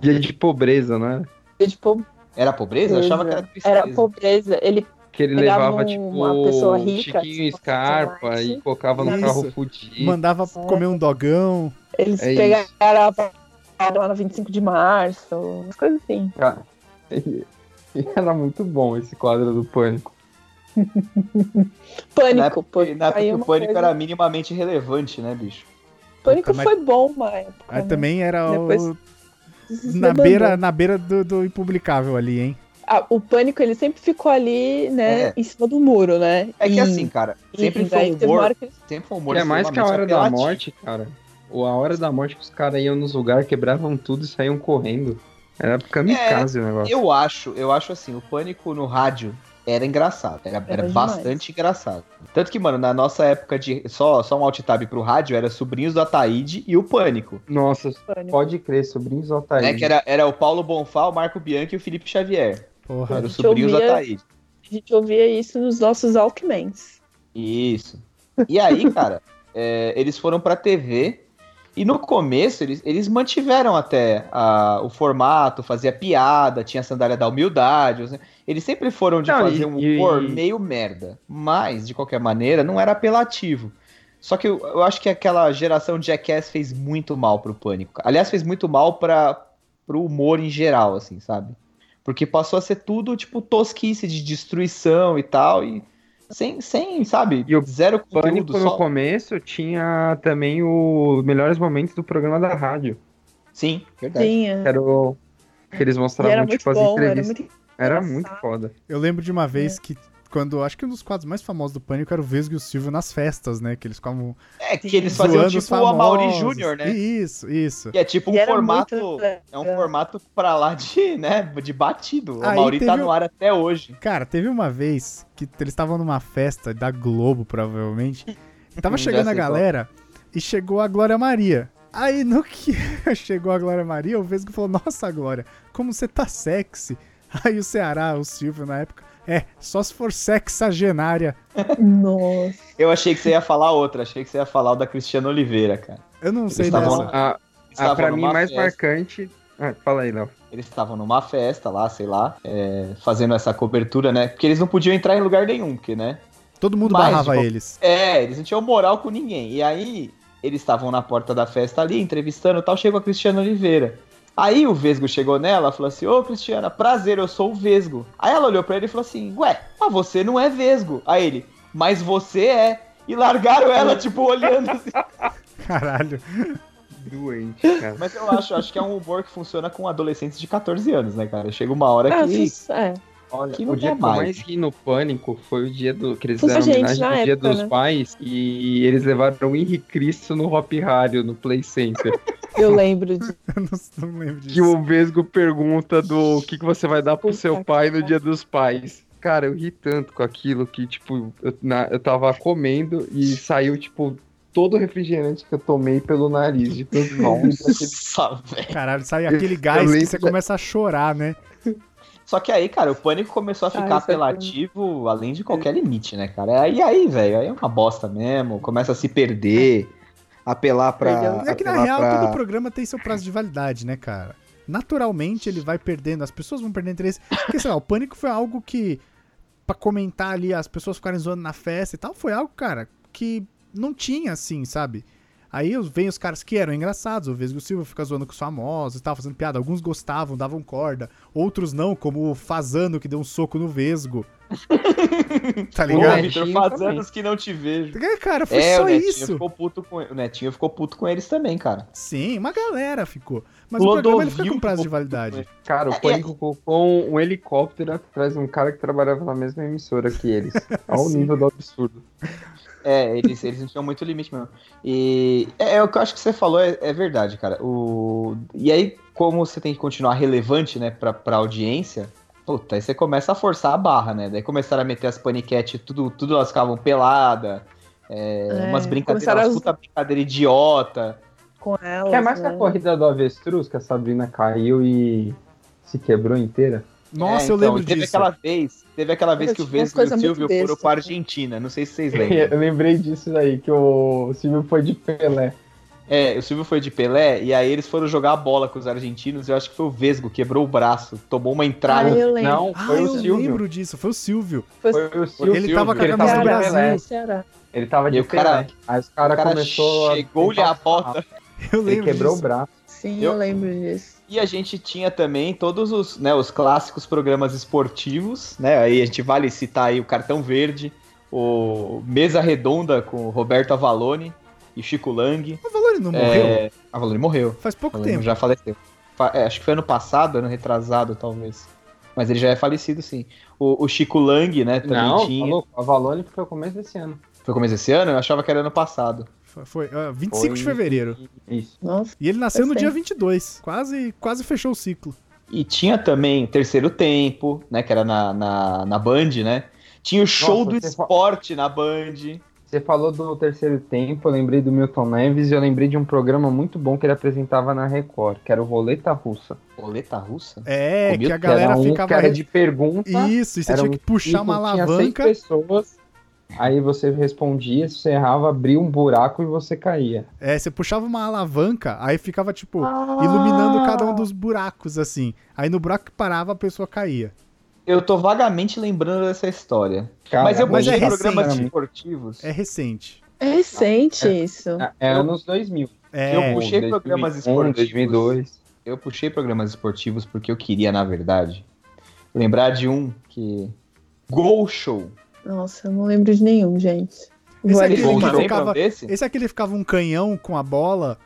Dia de pobreza, né? Tipo, Era pobreza? Eu achava que era tristeza. era pobreza. Ele Que ele Pegava levava, um- tipo, uma pessoa rica, Chiquinho tipo, Scarpa chocolate. e colocava no Isso. carro fudido. Mandava Certo. comer um dogão. Eles É pegaram a parada lá no 25 de março, umas coisas assim. Ah, e- e era muito bom esse quadro do Pânico. Na Pânico, época, pô. na época aí é que o uma Pânico coisa- era minimamente relevante, né, bicho? Pânico Mas- foi bom uma época. Aí né? também era o- Depois- na beira, na beira do, do impublicável ali, hein? Ah, o Pânico, ele sempre ficou ali, né, É. em cima do muro, né? É que E- assim, cara, sempre e foi daí um teve uma humor. hora que eles- Sempre foi um humor. Que é mais que a Hora da apelativo. Morte, cara. O A Hora da Morte que os caras iam nos lugares, quebravam tudo e saíam correndo. Era kamikaze É, o negócio. Eu acho, eu acho assim, o pânico no rádio era engraçado, era, era demais. bastante engraçado. Tanto que, mano, na nossa época de só só um alt tab pro rádio era Sobrinhos do Ataíde e o Pânico, Nossa, Pânico. pode crer, sobrinhos do Altair. né, que era, era o Paulo Bonfá, o Marco Bianchi e o Felipe Xavier. Porra. Era o gente Sobrinhos do ouvia- Ataíde. A gente ouvia isso nos nossos Alckmans. Isso. E aí, cara, é, eles foram pra TV e no começo eles, eles mantiveram até a- o formato, fazia piada, tinha a sandália da humildade. os- Eles sempre foram de Não, fazer e- um e- humor e- meio merda. Mas, de qualquer maneira, não era apelativo. Só que eu, eu acho que aquela geração Jackass fez muito mal pro pânico. Aliás, fez muito mal para pro humor em geral, assim, sabe? Porque passou a ser tudo, tipo, tosquice de destruição e tal. E sem, sem sabe? E o Zero Pânico conteúdo no só. começo tinha também os melhores momentos do programa da rádio. Sim, verdade. Tinha. Era o que eles E era mostravam, é. muito tipo, as bom, era entrevistas. muito Era engraçado. muito foda. Eu lembro de É. uma vez que, quando. Acho que um dos quadros mais famosos do Pânico era o Vesgo e o Silvio nas festas, né? Que eles ficavam É que eles faziam zoando os tipo o famosos. Amaury Júnior, né? Isso, isso. Que é tipo E um era formato. muito É um formato pra lá de, né, de batido. O Aí Amaury tá teve no um- ar até hoje. Cara, teve uma vez que t- eles estavam numa festa da Globo, provavelmente. Tava Já chegando a sei qual. galera e chegou a Glória Maria. Aí no que chegou a Glória Maria, o Vesgo falou: Nossa, Glória, como você tá sexy. Aí o Ceará, o Silvio na época, é, só se for sexagenária. Nossa. Eu achei que você ia falar outra, achei que você ia falar o da Cristiana Oliveira, cara. Eu não sei estavam dessa. lá- A, Eles a Ah, estavam pra mim, numa mais festa- marcante. Ah, fala aí, Léo. Eles estavam numa festa lá, sei lá, é, fazendo essa cobertura, né? Porque eles não podiam entrar em lugar nenhum, porque, né? Todo mundo Mas, barrava tipo, eles. É, eles não tinham moral com ninguém. E aí, eles estavam na porta da festa ali, entrevistando e tal, chegou a Cristiana Oliveira. Aí o Vesgo chegou nela e falou assim, ô Cristiana, prazer, eu sou o Vesgo. Aí ela olhou pra ele e falou assim, ué, mas você não é Vesgo. Aí ele, mas você é. E largaram ela, tipo, olhando assim. Caralho. Doente, cara. Mas eu acho, acho que é um humor que funciona com adolescentes de 14 anos, né, cara? Chega uma hora Ah, que... sus- é. Olha, Que não o dia dá que eu mais mais. ri no pânico foi o dia do que eles Foi fizeram gente, homenagem na ao dia época, dos né? pais e eles levaram o Henrique Cristo no Hop Harry no Play Center. Eu lembro disso. Eu não, não lembro disso. que o Vesgo pergunta do o que, que você vai dar pro Puta seu que pai no pariu. dia dos pais. Cara, eu ri tanto com aquilo que, tipo, eu, na- eu tava comendo e saiu, tipo, todo o refrigerante que eu tomei pelo nariz de tanto mal. Nossa, velho. Caralho, sai aquele Eu gás lembro que você da- começa a chorar, né? Só que aí, cara, o pânico começou a ficar Ah, isso é apelativo além de qualquer limite, né, cara? E aí, velho, aí é uma bosta mesmo. Começa a se perder, apelar pra. Perdeu. É que na apelar real pra- todo programa tem seu prazo de validade, né, cara? Naturalmente ele vai perdendo, as pessoas vão perdendo interesse. Porque, sei lá, o pânico foi algo que, pra comentar ali, as pessoas ficarem zoando na festa e tal, foi algo, cara, que não tinha assim, sabe? Aí os- vem os caras que eram engraçados, o Vesgo Silva fica zoando com os famosos e tal, fazendo piada. Alguns gostavam, davam corda, outros não, como o Fazano que deu um soco no Vesgo. tá Pô, ligado? Vitor, Netinho faz também. anos que não te vejo. É, cara, foi É, o só Netinho isso. ficou puto com O Netinho ficou puto com eles também, cara. Sim, uma galera ficou. Mas o Clodovil programa ele fica com prazo de ficou validade. Cara, É, o Pânico colocou um helicóptero atrás de um cara que trabalhava na mesma emissora que eles. Ao Sim. nível do absurdo. É, eles, eles não tinham muito limite mesmo. E é, é o que eu acho que você falou, é, é verdade, cara. O, e aí, como você tem que continuar relevante, né, pra, pra audiência, puta, aí você começa a forçar a barra, né? Daí começaram a meter as paniquete, tudo, tudo elas ficavam pelada, é, É, umas brincadeiras, começaram umas as- puta brincadeira idiota. com ela. É mais que a né? corrida do avestruz, que a Sabrina caiu e se quebrou inteira. Nossa, É, eu então, lembro teve disso. Aquela vez, teve aquela vez Era que o tipo umas Vesco e o coisas muito né? Silvio foram bestas. pra Argentina, não sei se vocês lembram. Eu lembrei disso aí, que o Silvio foi de Pelé. É, o Silvio foi de Pelé e aí eles foram jogar a bola com os argentinos. Eu acho que foi o Vesgo, quebrou o braço, tomou uma Ah, entrada. eu lembro. Não, Ah, foi o eu Silvio. lembro disso, foi o Silvio. Foi Foi o Silvio. Ele tava com a ele camisa tava do de Brasil. Pelé. Ceará. Ele tava de E o cara- Pelé. Aí os cara, o cara começou a Ah, chegou-lhe a bota. Eu Ele lembro quebrou o disso. braço. Sim, Eu- eu, lembro disso. E a gente tinha também todos os, né, os clássicos programas esportivos, né? Aí a gente vale citar aí o Cartão Verde, o Mesa Redonda com o Roberto Avalone e Chico Lang. O Valori não morreu? É, Avalone morreu. Faz pouco Avalone tempo. já faleceu. Fa- é, acho que foi ano passado, ano retrasado, talvez. Mas ele já é falecido, sim. O, o Chico Lang, né, também Não, tá tinha. falou, a Valone foi o começo desse ano. Foi começo desse ano? Eu achava que era ano passado. Foi, foi, ah, 25 de Foi- fevereiro. Isso. Nossa. E ele nasceu no Faz dia 22. Quase, quase fechou o ciclo. E tinha também o Terceiro Tempo, né? Que era na, na, na Band, né? Tinha o Show do você fa- Esporte na Band. Você falou do terceiro tempo, eu lembrei do Milton Neves e eu lembrei de um programa muito bom que ele apresentava na Record, que era o Roleta Russa. Boleta Russa? É, Comigo que a Que era galera um ficava. que era de pergunta. Isso, e você era tinha um que puxar tipo, uma tinha alavanca. Seis pessoas, aí você respondia, se você errava, abria um buraco e você caía. É, você puxava uma alavanca, aí ficava, tipo, Ah, iluminando cada um dos buracos, assim. Aí no buraco que parava, a pessoa caía. Eu tô vagamente lembrando dessa história. Cara, mas eu mas vi é programas recente. esportivos. É recente. É recente isso. É anos 2000. É, Eu puxei Ou programas 2001, esportivos. 2002. Eu puxei programas esportivos porque eu queria, na verdade, lembrar de um que. Gol Show. Nossa, eu não lembro de nenhum, gente. Esse Vou aqui Vocês Ele ali- que lembram ficava- desse? Esse aqui ele ficava um canhão com a bola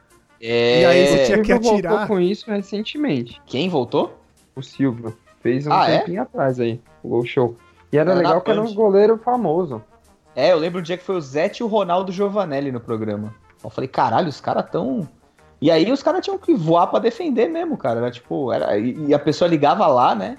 E aí você O É, tinha- Silvio quer voltou atirar? com isso recentemente. Quem voltou? O Silvio fez um Ah, é? tempinho atrás aí, o Gol Show. E era Era na legal que era Band. um goleiro famoso. É, eu lembro um dia que foi o Zete e o Ronaldo Giovanelli no programa. Eu falei, caralho, os caras tão. E aí os caras tinham que voar pra defender mesmo, cara. Era tipo, era... e e a pessoa ligava lá, né?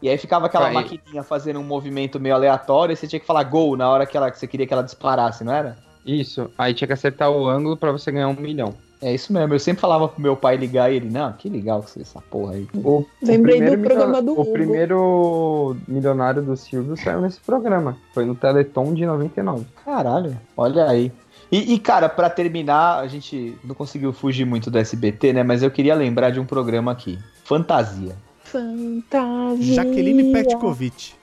E aí ficava aquela Aí. maquininha fazendo um movimento meio aleatório e você tinha que falar gol na hora que, ela, que você queria que ela disparasse, não era? Isso, aí tinha que acertar o ângulo pra você ganhar um milhão. É isso mesmo. Eu sempre falava pro meu pai ligar e ele, não, que legal que você- é essa porra aí. O, o Lembrei do primeiro programa do milio- Hugo. O primeiro milionário do Silvio saiu nesse programa. Foi no Teleton de 99. Caralho, olha aí. E, e, cara, pra terminar, a gente não conseguiu fugir muito do SBT, né? Mas eu queria lembrar de um programa aqui. Fantasia. Fantasia. Jaqueline Petkovic.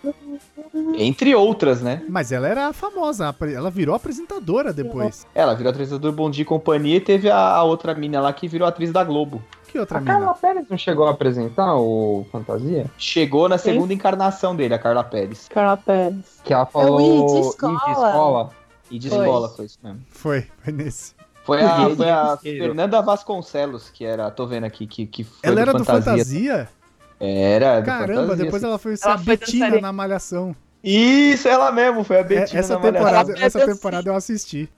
Entre outras, né? Mas ela era famosa, apre- ela virou apresentadora depois. Ela virou atriz do Bom Dia e Companhia e teve a, a outra mina lá que virou atriz da Globo. Que outra A mina? Ah, Carla Pérez não chegou a apresentar o Fantasia? Chegou na segunda encarnação dele, a Carla Pérez. Carla Pérez. Que ela É falou. o Id "Id, Escola." E de Foi. escola, foi isso mesmo. Foi, foi nesse. Foi a, Id foi a Isqueiro. Fernanda Vasconcelos, que era, tô vendo aqui, que, que foi ela era do Fantasia? Era, do Caramba, Fantasia, depois ela foi ser Ela foi Betina dançarina. na Malhação. Isso, ela mesmo, foi a É, Betina essa, na Malhação. temporada, Malhação. essa temporada eu assisti.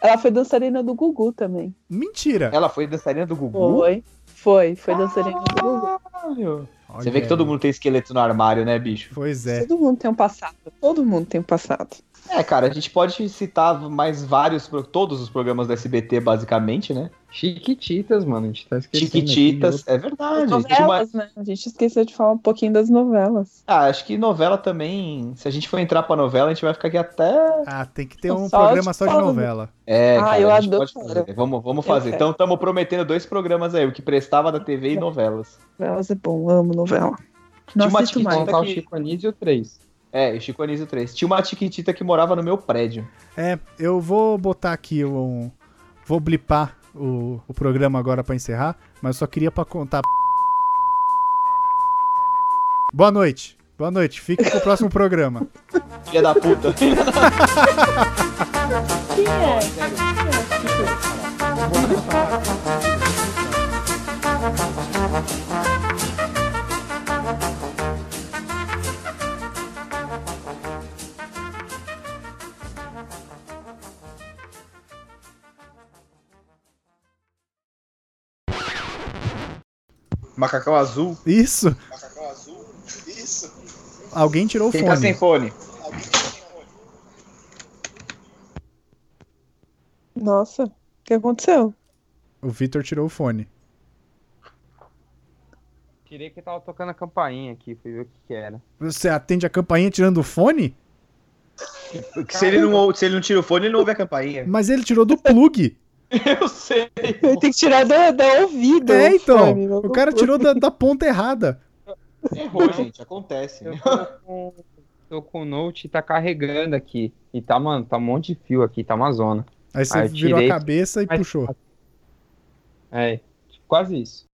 Ela foi dançarina do Gugu também. Mentira! Ela foi dançarina do Gugu? Foi. Foi, foi dançarina do Gugu. Ah! Caralho. Você Olha vê que todo aí. mundo tem esqueleto no armário, né, bicho? Pois é. Todo mundo tem um passado. Todo mundo tem um passado. É, cara, a gente pode citar mais vários, pro- todos os programas do SBT, basicamente, né? Chiquititas, mano. A gente tá esquecendo. aqui de Chiquititas, é Ah, verdade. Tinha uma- novelas, né? A gente esqueceu de falar um pouquinho das novelas. Ah, acho que novela também. Se a gente for entrar pra novela, a gente vai ficar aqui até. Ah, tem que ter Só um de programa só de pano. novela. É, Ah, cara, eu a gente adoro. pode fazer. Vamos, vamos Eu fazer. quero. Então, estamos prometendo dois programas aí, o que prestava da TV e novelas. Novelas é bom, amo novela. Não Tinha uma assisto Vou Mas mais. Colocar o daqui- Chico Anísio 3. É, e Chico Anísio 3. Tinha uma Chiquitita que morava no meu prédio. É, eu vou botar aqui um. Vou blipar o, o programa agora pra encerrar, mas eu só queria pra contar. Boa noite. Boa noite. Fica pro próximo programa. Filha da puta. Quem é? Macacão azul. Isso. Alguém tirou o Quem tá sem fone. fone? Nossa, o que aconteceu? O Vitor tirou o fone. Tirei que tava tocando a campainha aqui, fui ver o que, que era. Você atende a campainha tirando o fone? Se ele, não, ou- se ele não tira o fone, ele não ouve a campainha. Mas ele tirou do plug. Eu sei. Ele tem que tirar da, da ouvida. É, então. fone, O cara tirou da, da ponta errada. Errou, gente. Acontece. Eu tô com, tô com o Note e tá carregando aqui. E tá, mano, tá um monte de fio aqui, tá uma zona. Aí você Aí eu virou a tirei. cabeça e Mas- puxou. É, quase isso.